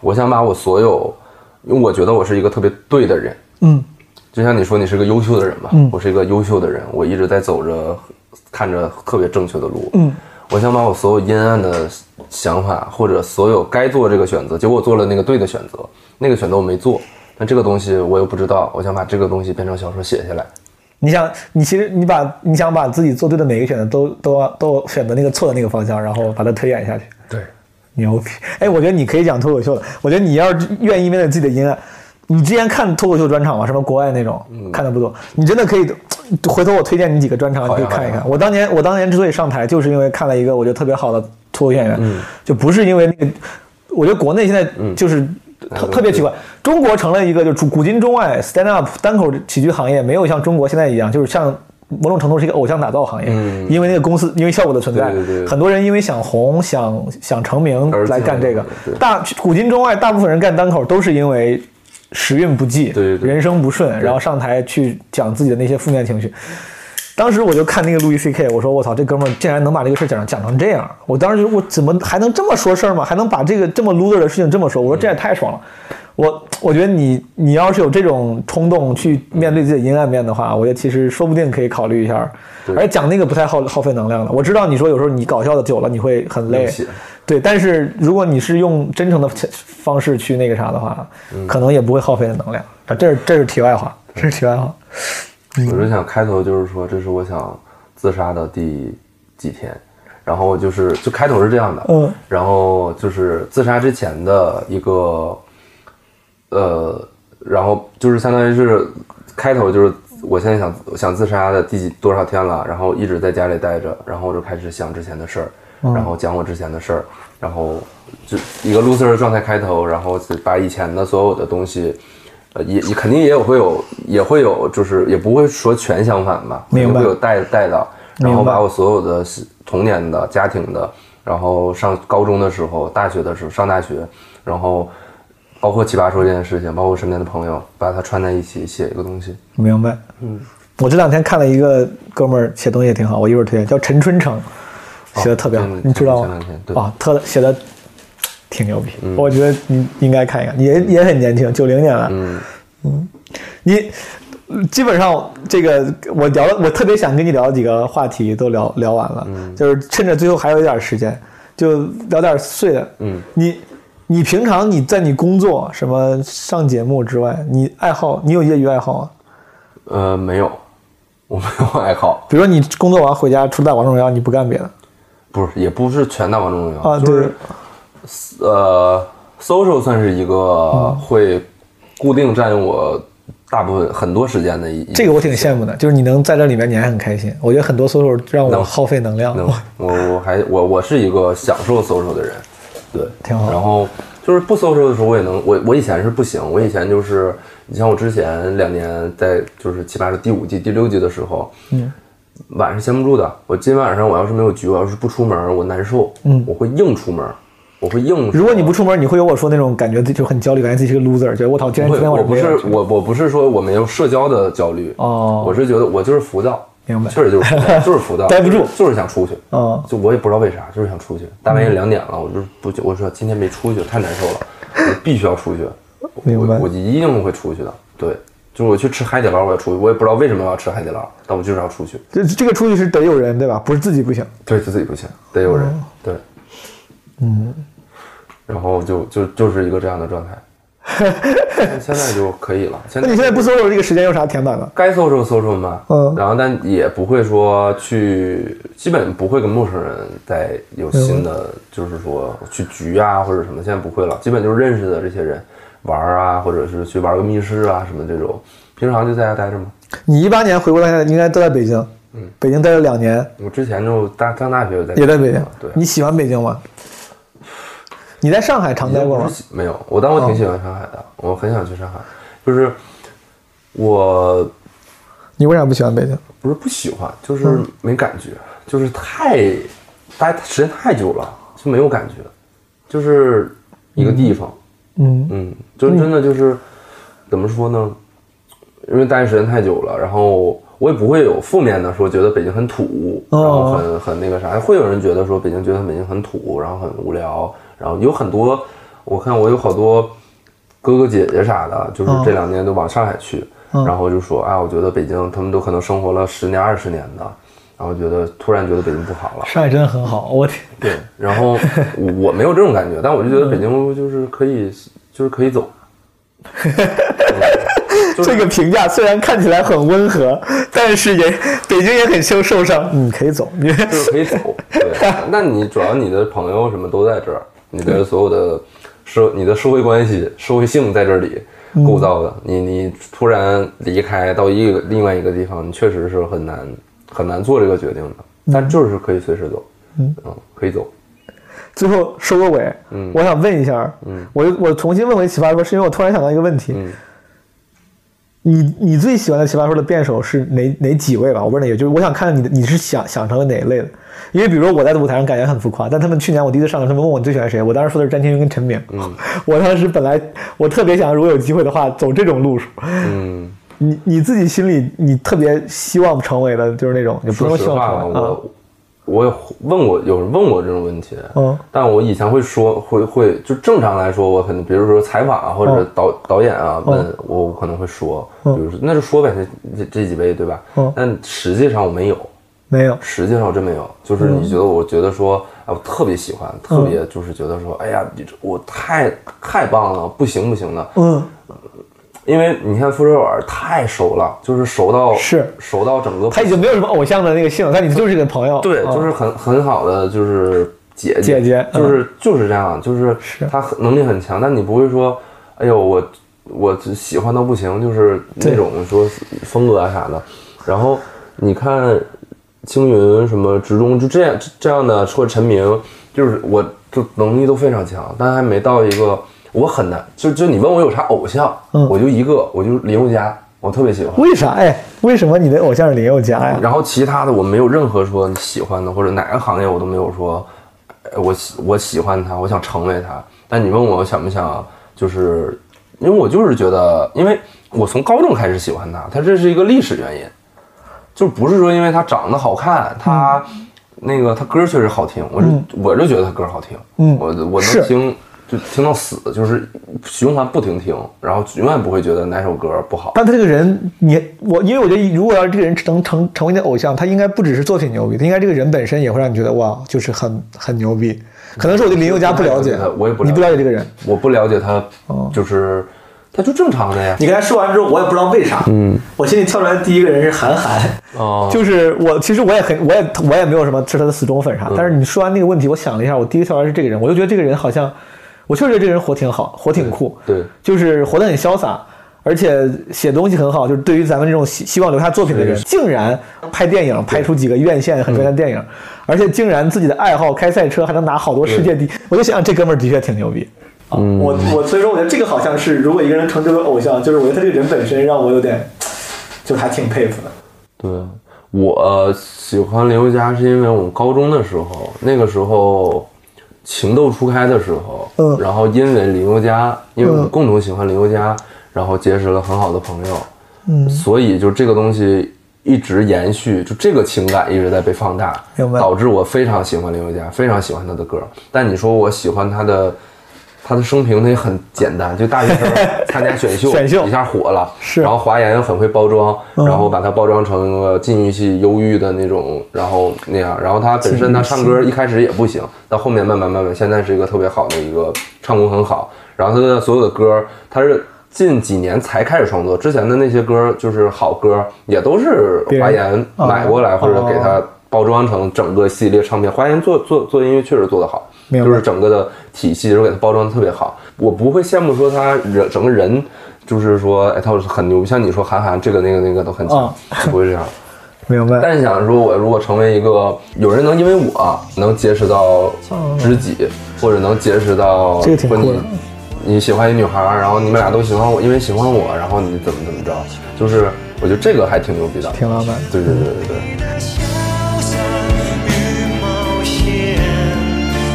我想把我所有，因为我觉得我是一个特别对的人，
嗯
就像你说，你是个优秀的人吧？
嗯
我是一个优秀的人，我一直在走着看着特别正确的路。
嗯，
我想把我所有阴暗的想法，或者所有该做这个选择，结果我做了那个对的选择，那个选择我没做，但这个东西我又不知道，我想把这个东西变成小说写下来。
你想，你其实你把你想把自己做对的每个选择都都要都选择那个错的那个方向，然后把它推演下去。
对，
牛逼！哎，我觉得你可以讲脱口秀了。我觉得你要是愿意面对自己的阴暗，你之前看脱口秀专场吗？什么国外那种、
嗯
看的不多，你真的可以。回头我推荐你几个专场，你
好呀
可以看一
好呀
看。我当年我当年之所以上台，就是因为看了一个我觉得特别好的脱口秀演员，就不是因为那个。我觉得国内现在就是特、
嗯嗯
特别奇怪，中国成了一个就古今中外 stand up 单口喜剧行业没有像中国现在一样，就是像某种程度是一个偶像打造行业，
嗯
因为那个公司因为效果的存在，
对对对
很多人因为想红想想成名
而
来干这个
对。
大古今中外，大部分人干单口都是因为时运不济，
对对对
人生不顺，然后上台去讲自己的那些负面情绪。当时我就看那个路易 C K，我说我操，这哥们儿竟然能把这个事儿讲成讲成这样！我当时就说，我怎么还能这么说事儿吗？还能把这个这么 loser 的事情这么说？我说这也太爽了！我我觉得你你要是有这种冲动去面对自己的阴暗面的话，我觉得其实说不定可以考虑一下。而且讲那个不太耗耗费能量的，我知道你说有时候你搞笑的久了你会很累
对不起，
对，但是如果你是用真诚的方式去那个啥的话，可能也不会耗费的能量。啊，这是这是题外话，这是题外话。嗯
我就想开头就是说，这是我想自杀的第几天，然后就是就开头是这样的，
嗯，
然后就是自杀之前的一个，呃，然后就是相当于是开头就是我现在想想自杀的第几多少天了，然后一直在家里待着，然后我就开始想之前的事儿，
哦
然后讲我之前的事儿，然后就一个 loser 的状态开头，然后把以前的所有的东西。呃，也也肯定也有会有，也会有，就是也不会说全相反吧，肯
明白
定会有带带到，
明白
然后把我所有的童年的、家庭的，然后上高中的时候、大学的时候、上大学，然后包括奇葩说这件事情，包括我身边的朋友，把它串在一起写一个东西。
明白。嗯，我这两天看了一个哥们儿写东西也挺好，我一会儿推荐，叫陈春成，写的特别好，
前
你知道
哦嗯
吗？
前两天对
啊，特写的挺牛逼，我觉得你应该看一看，也也很年轻，九零年了。
嗯，
你基本上这个我聊了，我特别想跟你聊几个话题都聊聊完了，
嗯
就是趁着最后还有一点时间，就聊点碎的。
嗯，
你你平常你在你工作什么上节目之外，你爱好你有业余爱好吗？
呃，没有，我没有爱好，
比如说你工作完回家除了打王者荣耀，你不干别的
不是，也不是 <laughs> 全打王者荣耀，
啊？
就是
对，
呃，social 算是一个会固定占用我大部分很多时间的一
这个我挺羡慕的，就是你能在这里面，你还很开心。我觉得很多 social 让我
能
耗费能量，
能
哇，
我我还我我是一个享受 social 的人，对，
挺好
然后就是不 social 的时候，我也能，我我以前是不行，我以前就是，你像我之前两年在就是奇葩说第五季、第六季的时候，嗯，晚上闲不住的，我今晚上我要是没有局，我要是不出门，我难受，嗯，我会硬出门，我会硬。
如果你不出门，你会有我说那种感觉，就很焦虑，感觉自己是个 loser，觉得我操，今天
不
今
会，我
天晚上
不
没
是
有去
我我不是说我没有社交的焦虑
哦
我是觉得我就是浮躁，
明白
确实就是浮
<laughs>
躁就是浮躁，
待不住
就是就是想出去，
哦
就我也不知道为啥，就是想出去，大半夜两点了，我就是不我说今天没出去太难受了，
<laughs>
我必须要出去，
明白
我我一定会出去的，对，就是我去吃海底捞我也出去，我也不知道为什么要吃海底捞，但我就是要出去，
这这个出去是得有人对吧？不是自己不行。
对，就自己不行，得有
哦
人，对，嗯，
嗯
然后就就就是一个这样的
<laughs>
状态。现在就可以了。现
那
在
你现在不 solo 这个时间有啥填满的？
该 social social 嘛，
嗯
然后但也不会说去，基本不会跟陌生人再有新的，
嗯
就是说去局啊或者什么，现在不会了，基本就是认识的这些人玩儿啊，或者是去玩个密室啊什么这种，平常就在家待着嘛。
你一八年回国到现在，应该都在北京，嗯，北京待了两年，
我之前就大上大学就在
也在北京
嘛。嗯对，
你喜欢北京吗？你在上海常
已
待
经
过
不
吗
是？喜没有，我但我挺喜欢上海的，我很想去上海，就是我
你为啥不喜欢北京？
不是不喜欢，就是没感觉，就是太待时间太久了，就没有感觉，就是一个地方，
嗯
嗯，就是真的就是怎么说呢？因为待时间太久了，然后我也不会有负面的说觉得北京很土，
哦
然后很很那个啥，会有人觉得说北京觉得北京很土，然后很无聊，然后有很多我看我有好多哥哥姐姐啥的，就是
哦
这两年都往上海去，
嗯
然后就说啊，我觉得北京他们都可能生活了十年二十年的，然后觉得突然觉得北京不好了，
上海真的很好，我天，
对，然后我我没有这种感觉，但我就觉得北京就是可以，就是可以走。就是
这个评价虽然看起来很温和，但是也 <laughs> 北京也很受受伤。嗯，可以走，你
就是可以走。对，
<laughs>
那你主要你的朋友什么都在这儿，你
嗯
的所有的社、你的社会关系、社会性在这里
嗯
构造的。你你突然离开到一个另外一个地方，你确实是很难很难做这个决定的。
嗯
但就是可以随时走，嗯可以走。
最后收个尾，
嗯
我想问一下，
嗯
我又我重新问回奇葩说，是因为我突然想到一个问题，
嗯
你你最喜欢的奇葩说的辩手是哪哪几位吧？我问的也就是我想看看你的你是想想成了哪一类的，因为比如说我在舞台上感觉很浮夸，但他们去年我第一次上来，他们问我你最喜欢谁，我当时说的是詹天云跟陈明， <laughs> 我当时本来我特别想如果有机会的话走这种路数，
嗯，
你你自己心里你特别希望成为的就是那种，也不
说
用
实
希望
话吧，
成为啊，
我我有问过有人问我这种问题，
嗯
但我以前会说会会就正常来说，我可能比如说采访啊或者
嗯
导、导演啊
嗯
问我，我可能会说，
嗯
比如说那就说呗，这这这几位对吧？
嗯
但实际上我没有，
没有，
实际上我真没有，就是
嗯
你觉得我觉得说，哎，我特别喜欢，特别就是觉得说，哎呀，你这我太太棒了，不行不行的，
嗯
因为你看傅首尔太熟了，就是熟到
是
熟到整个
他已经没有什么偶像的那个性了，但你就是你的朋友，
对，
啊
就是很很好的，就是姐
姐姐嗯
就是就是这样，就是
是
她很能力很强，但你不会说，哎呦，我我喜欢到不行，就是那种说风格啊啥的。然后你看青云什么职中，就这样这样的，或者陈明，就是我就能力都非常强，但还没到一个我很难，就就你问我有啥偶像，
嗯
我就一个，我就林宥嘉，我特别喜欢。
为啥？哎，为什么你的偶像是林宥嘉呀？
然后其他的我没有任何说你喜欢的或者哪个行业我都没有说，呃我喜我喜欢他，我想成为他。但你问我想不想，就是因为我就是觉得，因为我从高中开始喜欢他，他这是一个历史原因，就不是说因为他长得好看，他、
嗯
那个他歌确实好听，我就、我就觉得他歌好听，
嗯
我我
是
能听。就听到死，就是循环不停听，然后永远不会觉得哪首歌不好。
但他这个人，你我，因为我觉得，如果要是这个人能成成为你的偶像，他应该不只是作品牛逼，他应该这个人本身也会让你觉得哇，就是很很牛逼。可能是我对林宥嘉不了解
我也不了嗯解他我也不了解
你不了解这个人，
我不了解他
哦，
就是他就正常的呀。
你刚才说完之后，我也不知道为啥，嗯，我心里跳出来的第一个人是韩寒，
哦，
就是我其实我也很我也我也没有什么是他的死忠粉
嗯
啥，但是你说完那个问题，我想了一下，我第一条来是这个人，我就觉得这个人好像，我确实觉得这个人活挺好，活挺酷，
对对
就是活得很潇洒。而且写东西很好，就是对于咱们这种希希望留下作品的人，竟然拍电影拍出几个院线很赚钱的电影，而且竟然自己的爱好开赛车还能拿好多世界第一，我就想这哥们儿的确挺牛逼。啊，
嗯
我我所以说我觉得这个好像是，如果一个人成这个偶像，就是我觉得他这个人本身让我有点，就还挺佩服的。
对，我呃喜欢林宥嘉是因为我们高中的时候，那个时候情窦初开的时候，
嗯
然后因为林宥嘉，因为我们
嗯
共同喜欢林宥嘉，然后结识了很好的朋友，
嗯
所以就这个东西一直延续，就这个情感一直在被放大
明，白
导致我非常喜欢林宥嘉，非常喜欢他的歌。但你说我喜欢他的。他的生平呢也很简单，就大学生参加选秀，
<laughs> 选秀
一下火了，
是
然后华研很会包装，
嗯
然后把它包装成一个禁欲系、忧郁的那种，然后那样。然后他本
嗯
身他唱歌一开始也不行，到后面慢慢慢慢，现在是一个特别好的一个唱功很好。然后他的所有的歌，他是近几年才开始创作，之前的那些歌就是好歌，也都是华研
别人
买过来
哦
或者给他包装成整个系列唱片。华研做做做音乐确实做得好，
明白
就是整个的体系，然后给他包装的特别好。我不会羡慕说他人整个人，就是说，哎，他是很牛，像你说韩寒这个那个那个都很强，
啊
就不会这样。
明白。
但是想说，我如果成为一个有人能因为我能结识到知己，或者能结识到
哦这个挺
婚
酷
姻
的，
你喜欢一女孩儿，然后你们俩都喜欢我，因为喜欢我，然后你怎么怎么着，就是我觉得这个还挺牛逼的，
挺浪漫
对对对对对。
潇洒与冒险，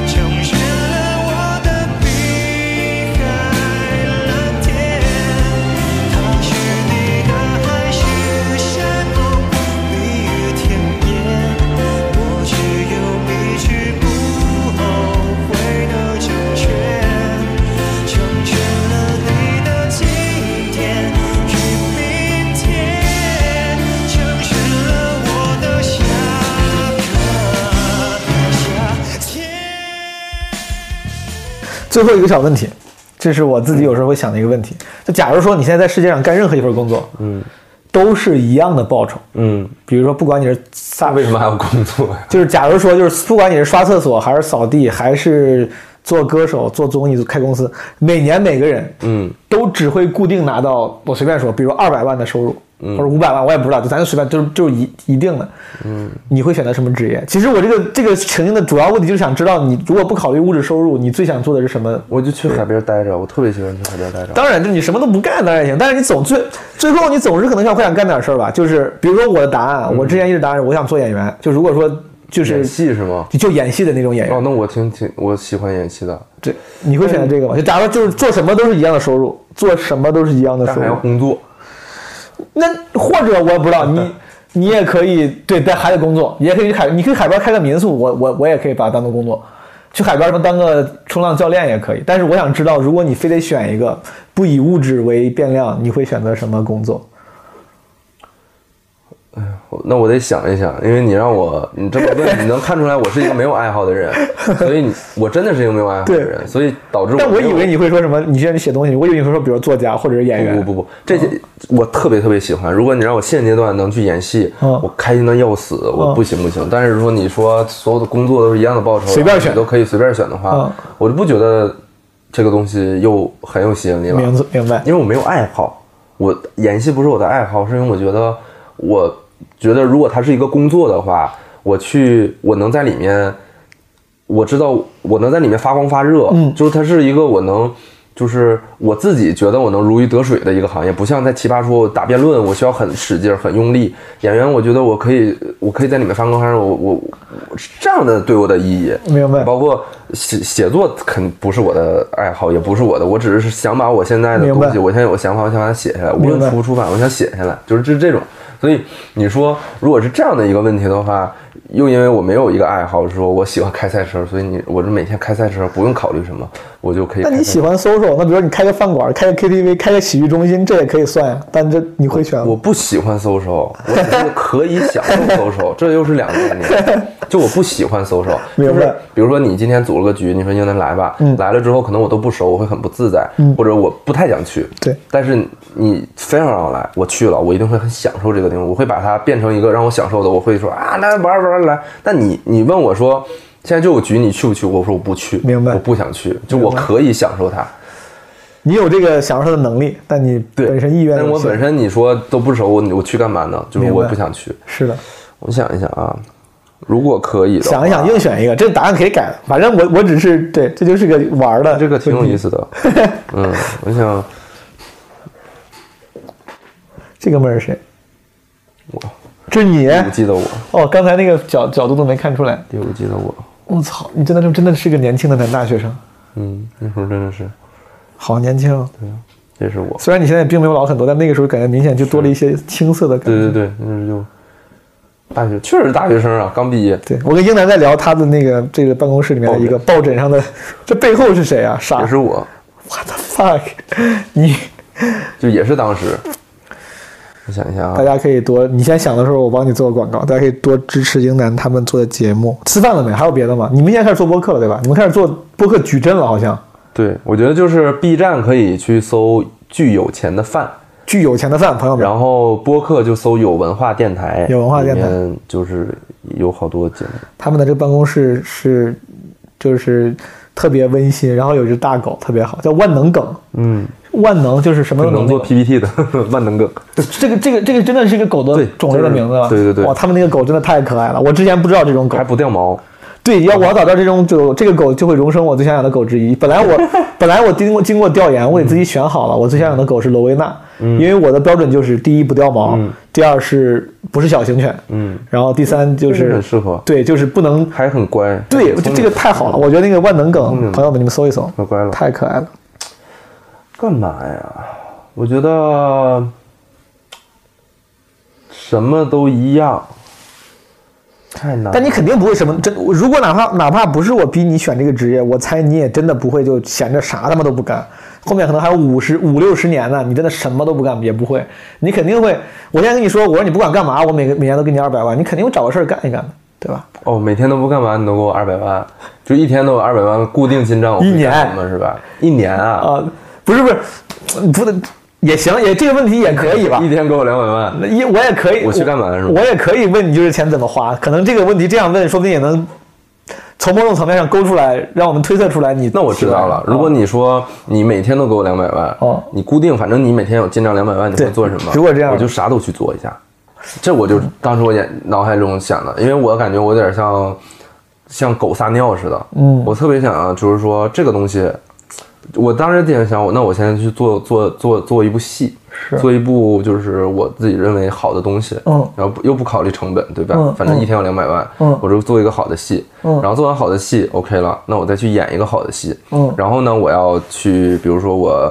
冲进了我的碧海蓝天。它是你的爱，是山盟，蜜语甜言。我只有一句不后悔的成全，成全了你的今天与明天。成全了我的下个夏天。
最后一个小问题，这是我自己有时候会想的一个问题。就假如说你现在在世界上干任何一份工作，嗯，都是一样的报酬，
嗯，
比如说不管你是撒
那为什么还要工作呀？
就是假如说，就是不管你是刷厕所，还是扫地，还是做歌手、做综艺、开公司，每年每个人，
嗯，
都只会固定拿到，我随便说，比如二百万的收入，
嗯
或者五百万，我也不知道，就咱就随便，就是就是一一定的，嗯，你会选择什么职业？其实我这个这个情境的主要问题就是想知道，你如果不考虑物质收入，你最想做的是什么？
我就去海边待着，我特别喜欢去海边待着。
当然，就你什么都不干当然行，但是你总最最后你总是可能想会想干点事儿吧，就是比如说我的答案，我之前一直答案是我想做演员，就如果说就是
嗯演戏是吗？
就演戏的那种演员
哦，，那我挺挺我喜欢演戏的，
对，你会选择这个吗？就假如就是做什么都是一样的收入，做什么都是一样的
但
收
还要
入，
工作。
那或者我也不知道你。你也可以对，但还得工作，也可以去海，你可以海边开个民宿，我我我也可以把它当做工作，去海边什么当个冲浪教练也可以。但是我想知道，如果你非得选一个不以物质为变量，你会选择什么工作？
那我得想一想，因为你让我你这么问，你能看出来我是一个没有爱好的人，所以你我真的是一个没有爱好的人，
对
所以导致我
但我
没有
以为你会说什么，你现在写东西，我以为你会说，比如作家或者是演员。嗯
不不不不，这些我特别特别喜欢。如果你让我现阶段能去演戏，
嗯
我开心的要死，我
嗯
不行不行。但是说你说所有的工作都是一样的报酬，
随便
然后
选
你都可以随便选的话
嗯，
我就不觉得这个东西又很有吸引力了。
明子明白
因为我没有爱好，我演戏不是我的爱好，是因为我觉得，我觉得如果它是一个工作的话，我去我能在里面，我知道我能在里面发光发热，
嗯
就是它是一个我能。就是我自己觉得我能如鱼得水的一个行业，不像在奇葩说我打辩论，我需要很使劲儿、很用力。演员，我觉得我可以，我可以在里面发光发热，我我我是这样的对我的意义。
明白
包括写写作肯不是我的爱好，也不是我的，我只是想把我现在的
明白
东西，我现在有想法，我想把它写下来，无
明白
论出不出版，我想写下来，就是这这种。所以你说，如果是这样的一个问题的话，又因为我没有一个爱好，说我喜欢开赛车，所以你我这每天开赛车不用考虑什么，我就可以开
那
赛车。
你喜欢 social，那比如说你开个饭馆、开个 KTV、开个洗浴中心，这也可以算呀。但这你会选
我
吗？
不喜欢 social，我只是可以享受
<laughs>
social，这又是两个概念。就我不喜欢 social，
明
就
白
是比如说你今天组了个局，你说英能来吧，
嗯
来了之后可能我都不熟，我会很不自在，或者我不太想去。
对
但是你非要让我来，我去了，我一定会很享受这个地方，我会把它变成一个让我享受的，我会说啊，来玩儿玩儿来。但你你问我说现在就有局，你去不去？我说我不去，
明白
我不想去，就我可以享受它。
你有这个享受的能力，但你
对，
本身意愿
但是
不
我
行
本身你说都不熟，我我去干嘛呢？就是
明白
我不想去。
是的，
我想一想啊，如果可以的话，
想一想，硬选一个，这答案可以改的。反正我我只是对，这就是个玩儿的，
这个挺有意。思
<laughs>
的。嗯，我想
这哥们儿是谁？我，这是你
第五季的我，
哦。刚才那个角角度都没看出来。
第五季的我，
我操，你真的是真的是个年轻的男大学生，
嗯，那时候真的是，
好年轻哦。
这是我。
虽然你现在并没有老很多，但那个时候感觉明显就多了一些青涩的感
对
觉。
对对，那时候就大学，确实是大学生啊，刚毕业，
对我跟英男在聊他的那个这个办公室里面的一个抱枕上的， <laughs> 这背后是谁啊？傻
也是我，
，what the fuck！你 <laughs>
就也是当时。我想一下啊
大，家可以多，你先想的时候我帮你做个广告，大家可以多支持英男他们做的节目。吃饭了没？还有别的吗？你们现在开始做播客了对吧？你们开始做播客矩阵了，好像
对我觉得就是 B 站可以去搜巨有钱的饭，
巨有钱的饭，朋友们。
然后播客就搜有文化电台，
有文化电台
里面就是有好多节目。
他们的这个办公室是就是特别温馨，然后有一只大狗特别好，叫万能梗。
嗯，
万能就是什么都
能
那
做
个
PPT 的 <laughs> 万能梗，
这个这个这个真的是一个狗的
对
种类的名字吧？
就是对对对
哇，他们那个狗真的太可爱了，我之前不知道这种狗
还，不掉毛。
对，要我早知道这种狗，这个狗就会荣升我最想养的狗之一。本来
<laughs>
我本来我经过经过调研，我给自己选好了，我最想养的狗是罗威纳，
嗯
因为我的标准就是第一不掉毛，第二是不是小型犬，
嗯，
然后第三就
这
是
个很适合
对，就是不能
还很乖。
对，
很聪
这
明
这个太好了，我觉得那个万能梗，朋友们你们搜一搜，
可乖了
太可爱了。
干嘛呀？我觉得什么都一样，太难了。
但你肯定不会什么真，如果哪怕哪怕不是我逼你选这个职业，我猜你也真的不会就闲着啥他妈都不干。后面可能还有五十五六十年呢，你真的什么都不干也不会，你肯定会。我现在跟你说，我说你不管干嘛，我每个每年都给你二百万，你肯定会找个事儿干一干的，对吧？
哦，每天都不干嘛，你都给我二百万，就一天都有二百万固定进账，我
一年
嘛是吧？一年啊，
啊、不是不是，不能也行，也这个问题也可以吧
一？天给我两百万，
那一我也可以，
我去干嘛是吗
我也可以问你，就是钱怎么花？可能这个问题这样问，说不定也能从某种层面上勾出来，让我们推测出来你。
那我知道了。如果你说你每天都给我两百万，
哦
你固定，反正你每天有进账两百万，你
对
会做什么？
如果这样
我就啥都去做一下。这我就当时我眼脑海中想的，因为我感觉我有点像像狗撒尿似的，
嗯
我特别想就是说这个东西，我当时也想我那我现在去做做做做一部戏，做一部就是我自己认为好的东西，
嗯
然后不又不考虑成本，对吧？
嗯
反正一天有两百万，
嗯
我就做一个好的戏，
嗯
然后做完好的戏 OK 了，那我再去演一个好的戏，
嗯
然后呢，我要去，比如说我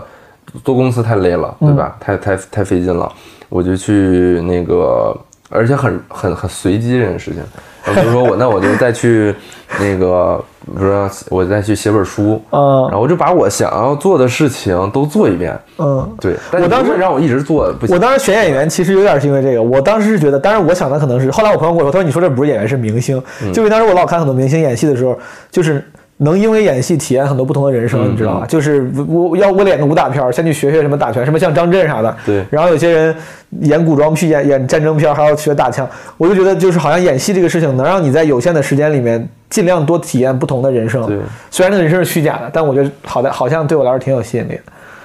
做公司太累了，对
嗯
吧？太太太费劲了，我就去那个，而且很很很随机这件事情。然后比如说我， <laughs> 那我就再去那个，比如说我再去写本书，
嗯
然后我就把我想要做的事情都做一遍。
嗯，
对，但
我
你
当时
不会让我一直做不行。
我当时选演员其实有点是因为这个，我当时是觉得，当然我想的可能是，后来我朋友跟我说，他说你说这不是演员是明星，
嗯
就因为当时我老看很多明星演戏的时候，就是。能因为演戏体验很多不同的人生，你知道吧？
嗯
就是我我要我演个武打片儿，先去学学什么打拳，什么像张震啥的。
对
然后有些人演古装剧、演演战争片儿，还要学打枪。我就觉得，就是好像演戏这个事情，能让你在有限的时间里面尽量多体验不同的人生。
对
虽然那个人生是虚假的，但我觉得好在好像对我来说挺有吸引力的。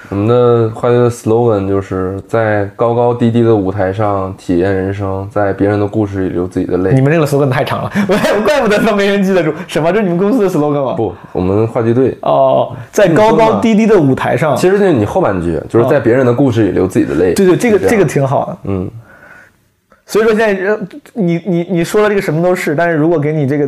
我们的话剧的 slogan 就是在高高低低的舞台上体验人生，在别人的故事里流自己的
你
泪。
们这个 slogan 太长了， <laughs> 我怪不得都没人记得住。什么？这是你们公司的 slogan 吗？，
不，我们话剧队
哦，在高高低低的舞台上，
啊其实就是你后半句，就是在别人的故事里流自己的泪。
哦对对，这个
是
这
样
个，挺好的。
嗯，
所以说现在呃你你你说了这个什么都是，但是如果给你这个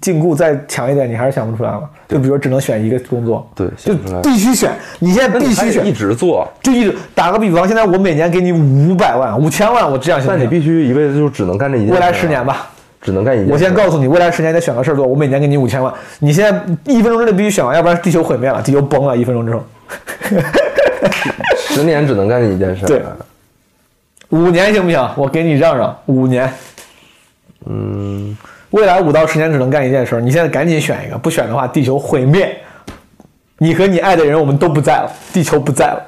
禁锢再强一点，你还是想不出来了。就比如说只能选一个工作，
对
就
想不出来
必须选。你现在
那
必
你还
须
得一
选，
直做，
就一直打个比方，现在我每年给你五百万、五千万，我这样行
但
不
你
行？
必须一辈子就只能干这一件事。
未来十年，吧，
只能干一件事。
啊我先告诉你，未来十年得选个事儿做。我每年给你五千万，你现在一分钟之内必须选完，要不然地球毁灭了，地球崩了。一分钟之后， <laughs>
十年只能干这一件事。啊
对五年行不行？我给你让让，五年。嗯，未来五到十年只能干一件事儿，你现在赶紧选一个，不选的话地球毁灭，你和你爱的人我们都不在了，地球不在了。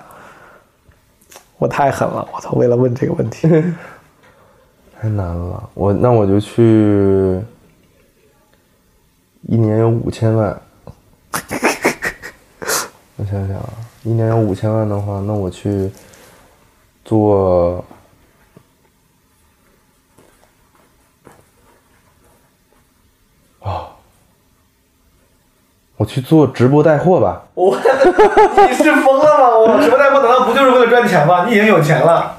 我太狠了，我操！为了问这个问 <laughs> 题，
太难了。我那我就去，一年有五千万。我想想啊，一年有五千万的话，那我去做。啊，我去做直播带货吧。
我你是疯了吗？我什么带货难道不就是为了赚钱吗？你已经有钱了，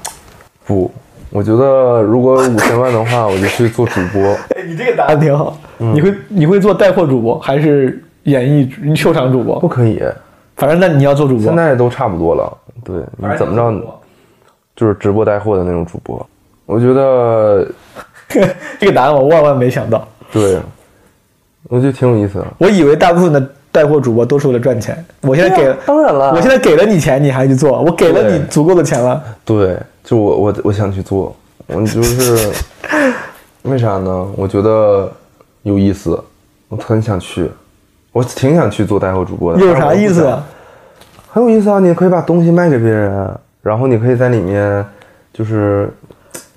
不，我觉得如果有五千万的话，我就去做主播。
哎，你这个答案挺好。
嗯
你会你会做带货主播还是演艺秀场主
不
播？
可以，
反正那你要做主播
现，在都差不多了。对，你怎么着，就是直播带货的那种主播。我觉得，
<laughs> 这个答案我万万没想到。
对，我觉得挺有意思的。
我以为大部分的带货主播都是为了赚钱。我现在给了，
啊当然了
我现在给了你钱，你还去做？我给了
对
你足够的钱了，
对，就我我我想去做，我就是为啥呢？我觉得有意思，我很想去，我挺想去做带货主播的。
有
但
啥
是我
意
不
思
想
啊？
很有意思啊！你可以把东西卖给别人，然后你可以在里面就是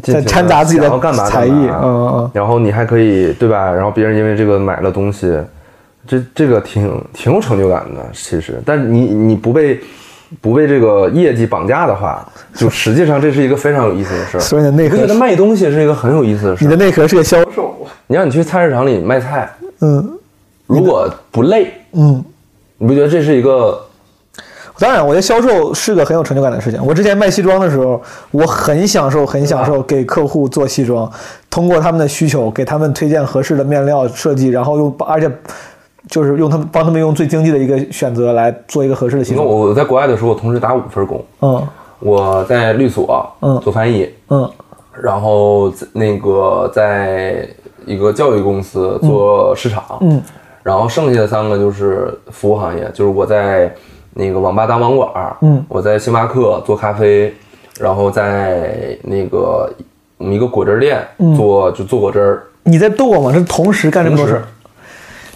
尽情地
掺杂自己的
想要干嘛
才艺
干嘛
嗯嗯嗯
然后你还可以对吧？然后别人因为这个买了东西，这这个挺挺有成就感的，其实。但是你你不被不被这个业绩绑架的话，就实际上这是一个非常有意思的事儿。
所以你的内
我
核
觉得
是
卖东西是一个很有意思的事
你
儿
的。内核是个销售，
你让你去菜市场里卖菜，
嗯
如果不累，
嗯，
你不觉得这是一个
当然，我觉得销售是个很有成就感的事情。我之前卖西装的时候，我很享受，很享
嗯
受给客户做西装，通过他们的需求给他们推荐合适的面料设计，然后用而且就是用他们帮他们用最经济的一个选择来做一个合适的西
因为
装。
我我在国外的时候，我同时打五份工，
嗯
我在律所
嗯
做翻译，
嗯
然后在那个在一个教育公司做市场，
嗯
然后剩下的三个就是服务行业，就是我在那个网吧当网管儿，
嗯
我在星巴克做咖啡，然后在那个我们一个果汁儿店做、就做果汁儿，
你在逗我吗？是同时嗯干这么多事儿
同时？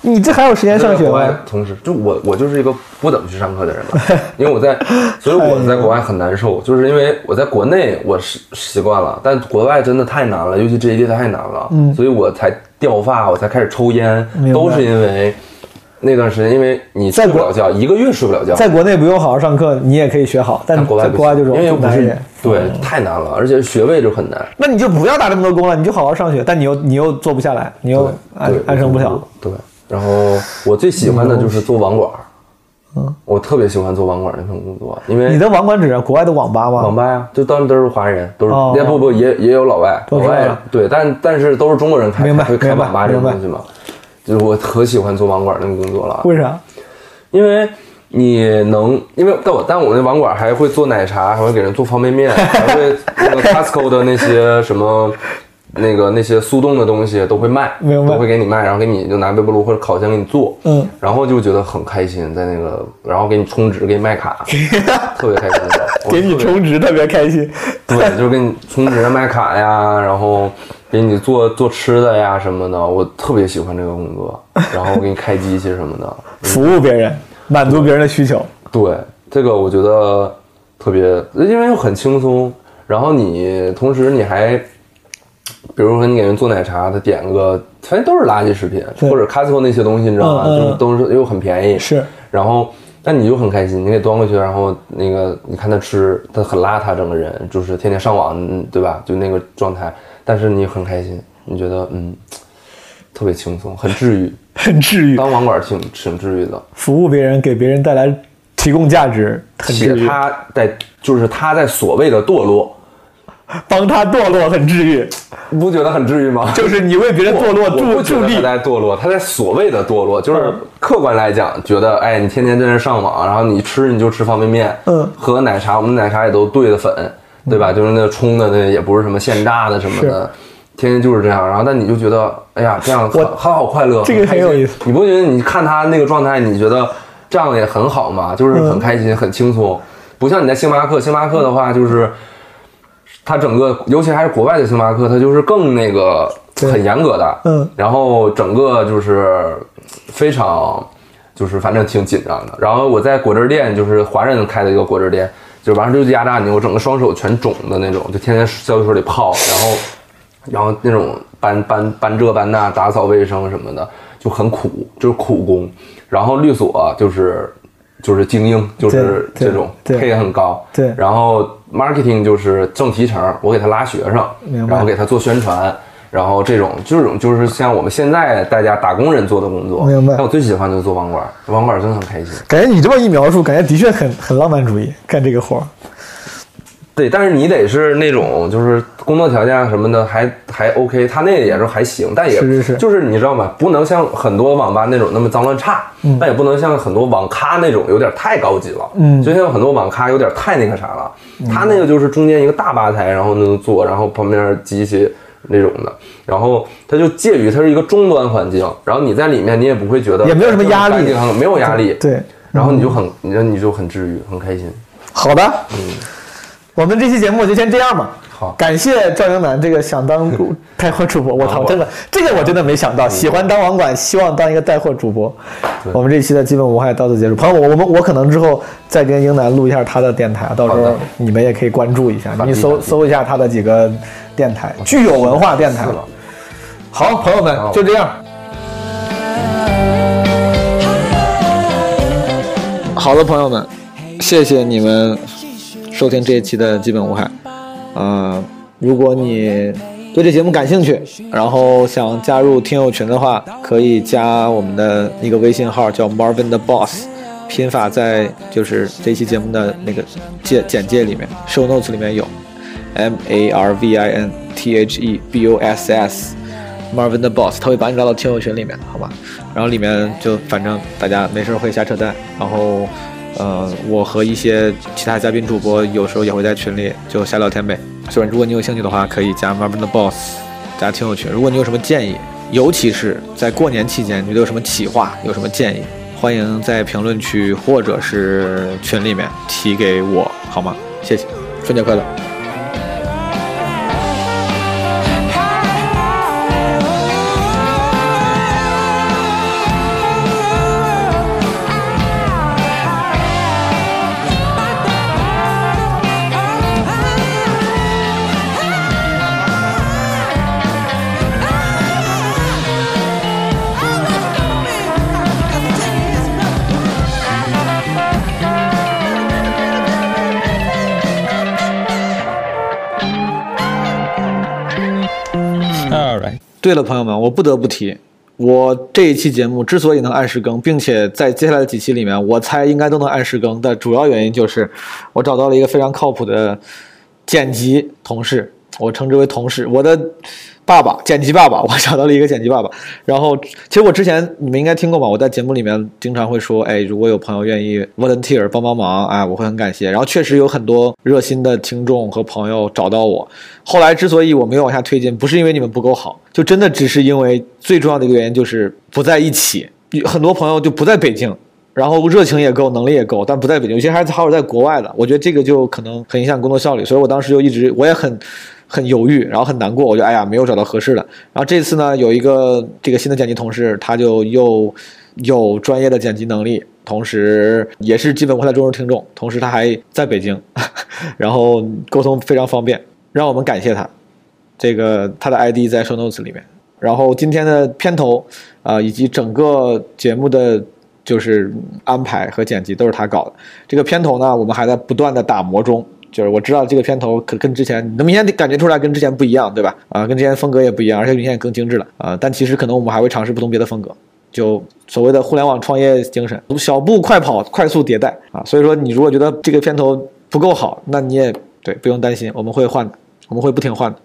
你这还有时间上学
在国外
吗？
同时，就我我就是一个不怎么去上课的人嘛， <laughs> 因为我在，所以我在国外很难受，就是因为我在国内我是习惯了，但国外真的太难了，尤其这一届太难了，
嗯
所以我才掉发，我才开始抽烟
明白，
都是因为那段时间，因为你
在
睡不
国
了觉，一个月睡不了觉，
在国内不用好好上课，你也可以学好，但
但国外
在
不
国外就
行
是
因为
就
不
难一
是
点。
对太难了，而且学位就很难，
那你就不要打这么多工了，你就好好上学，但你又你又做不下来，你又安
对
安生不了。，
对。然后我最喜欢的就是做网管，嗯，我特别喜欢做网管那份工作，因为
你的网管指国外的网吧
网
吗？
吧呀，就当然都是华人，都是
哦
也不不也也有老外，
都
老
是
外
啊
对，但但是都是中国人开
明白
会开
明白
网吧这种
明白
东西嘛，就是我可喜欢做网管那个工作了，
为啥？
因为你能，因为但我但我那网管还会做奶茶，还会给人做方便
<laughs>
面，还会那个 Costco 的那些什么。那个那些速冻的东西都会卖，
明白
都会给你卖，然后给你就拿微波炉或者烤箱给你做，
嗯，
然后就觉得很开心，在那个，然后给你充值，给你卖
<laughs>
卡，特别开心，我
给你
特别
充值特别开心。
<laughs> 对，就是给你充值卖卡呀，然后给你做做吃的呀什么的，我特别喜欢这个工作，然后给你开机器什么的。
服务别人，满足别人的需求。
对，这个我觉得特别，因为又很轻松，然后你同时你还，比如说你给人做奶茶，他点个，反正都是垃圾食品，
对
或者 Costco 那些东西，你知道吗？
嗯嗯
就是
嗯
都是又很便宜，
是，
然后。但你就很开心，你给端过去，然后那个你看他吃，他很邋遢，整个人就是天天上网，嗯对吧？就那个状态，但是你很开心，你觉得嗯，特别轻松，很治愈。
很治愈。
当网管挺挺治愈的，
服务别人，给别人带来提供价值，很治
且
愈。
他在就是他在所谓的堕落，
帮他堕落，很治愈。
你不觉得很治愈吗？
<laughs> 就是你为别人堕落
我不
助
觉得
助
他
力。
在堕落，他在所谓的堕落，就是
嗯
客观来讲，觉得哎，你天天在这上网，然后你吃你就吃方便面，
嗯
喝奶茶，我们奶茶也都兑的粉，对吧？就是那冲的那也不是什么现榨的什么的。天天就是这样，然后但你就觉得，哎呀，这样很
我
很好快乐，
这个很有
开心
意思。
你不觉得你看他那个状态，你觉得这样也很好吗？就是
嗯
很开心，很轻松，不像你在星巴克，星巴克的话就是，它整个，尤其还是国外的星巴克，它就是更那个
对
很严格的，
嗯
然后整个就是非常，就是反正挺紧张的。然后我在果汁店，就是华人开的一个果汁店，就完事就压榨你，我整个双手全肿的那种，就天天消毒水里泡，然后，然后那种搬搬搬这搬那，打扫卫生什么的，就很苦，就是苦工。然后律所啊就是就是精英，就是
对对
这种
对
配也很高，
对
然后 marketing 就是挣提成，我给他拉学生
明，白
然后给他做宣传，然后这种这种就是像我们现在大家打工人做的工作。
明白
但我最喜欢就是做网管，网管真的很开心。
感觉你这么一描述，感觉的确很很浪漫主义，干这个活儿。
对，但是你得是那种就是工作条件什么的还还 OK，他那也是还行，但也
是是是
就是你知道吗？不能像很多网吧那种那么脏乱差，但也不能像很多网咖那种有点太高级了。
嗯
就像很多网咖有点太那个啥了，他那个就是中间一个大吧台，然后能坐，然后旁边机器那种的，然后它就介于它是一个终端环境，然后你在里面你也不会觉得
也没有什么压力
干净很没有压力，
对，嗯
然后你就很你就你就很治愈，很开心。
好的，我们这期节目就先这样吧。
嗯好
感谢赵英男这个想当
<laughs>
带货主播，我操，
网管
真的这个我真的没想
嗯
到，喜欢当网管，希望当一个带货主播。我们这一期的基本无害到此结束，朋友们，我们我可能之后再跟英男录一下他的电台，到时
好
候
的
你们也可以关注一下，
的
你
好
搜
的
搜一下他的几个电台，具有文化电台
是了。
好，朋友们
好
就这样。
好的，朋友们，谢谢你们收听这一期的基本无害。呃，如果你对这节目感兴趣，然后想加入听友群的话，可以加我们的一个微信号叫 Marvin the Boss，拼法在就是这期节目的那个介简介里面，show notes 里面有，M A R V I N T H E B O S S。Marvin 的 Boss，他会把你拉到听友群里面，好吧？然后里面就反正大家没事儿会瞎扯淡，然后呃，我和一些其他嘉宾主播有时候也会在群里就瞎聊天呗。所以如果你有兴趣的话，可以加 Marvin 的 Boss，加听友群。如果你有什么建议，尤其是在过年期间，你们有什么企划，有什么建议，欢迎在评论区或者是群里面提给我，好吗？谢谢，春节快乐。对了，朋友们，我不得不提，我这一期节目之所以能按时更，并且在接下来的几期里面，我猜应该都能按时更的主要原因就是，我找到了一个非常靠谱的剪辑同事，我称之为同事，我的爸爸，剪辑爸爸，我找到了一个剪辑爸爸。然后，其实我之前你们应该听过吧，我在节目里面经常会说，哎，如果有朋友愿意 volunteer 帮帮忙，啊，我会很感谢。然后确实有很多热心的听众和朋友找到我。后来之所以我没有往下推进，不是因为你们不够好，就真的只是因为最重要的一个原因就是不在一起，有很多朋友就不在北京。然后热情也够，能力也够，但不在北京，有些还是好好在国外的。我觉得这个就可能很影响工作效率，所以我当时就一直我也很很犹豫，然后很难过，我就哎呀没有找到合适的。然后这次呢，有一个这个新的剪辑同事，他就又有专业的剪辑能力，同时也是基本快的忠实听众，同时他还在北京， <laughs> 然后沟通非常方便，让我们感谢他。这个他的 ID 在 show notes 里面。然后今天的片头，啊，以及整个节目的就是安排和剪辑都是他搞的。这个片头呢，我们还在不断的打磨中。就是我知道这个片头可跟之前，你能明显地感觉出来跟之前不一样，对吧？啊、跟之前风格也不一样，而且明显也更精致了啊、但其实可能我们还会尝试不同别的风格。就所谓的互联网创业精神，小步快跑，快速迭代啊。所以说，你如果觉得这个片头不够好，那你也对不用担心，我们会换的，我们会不停换的。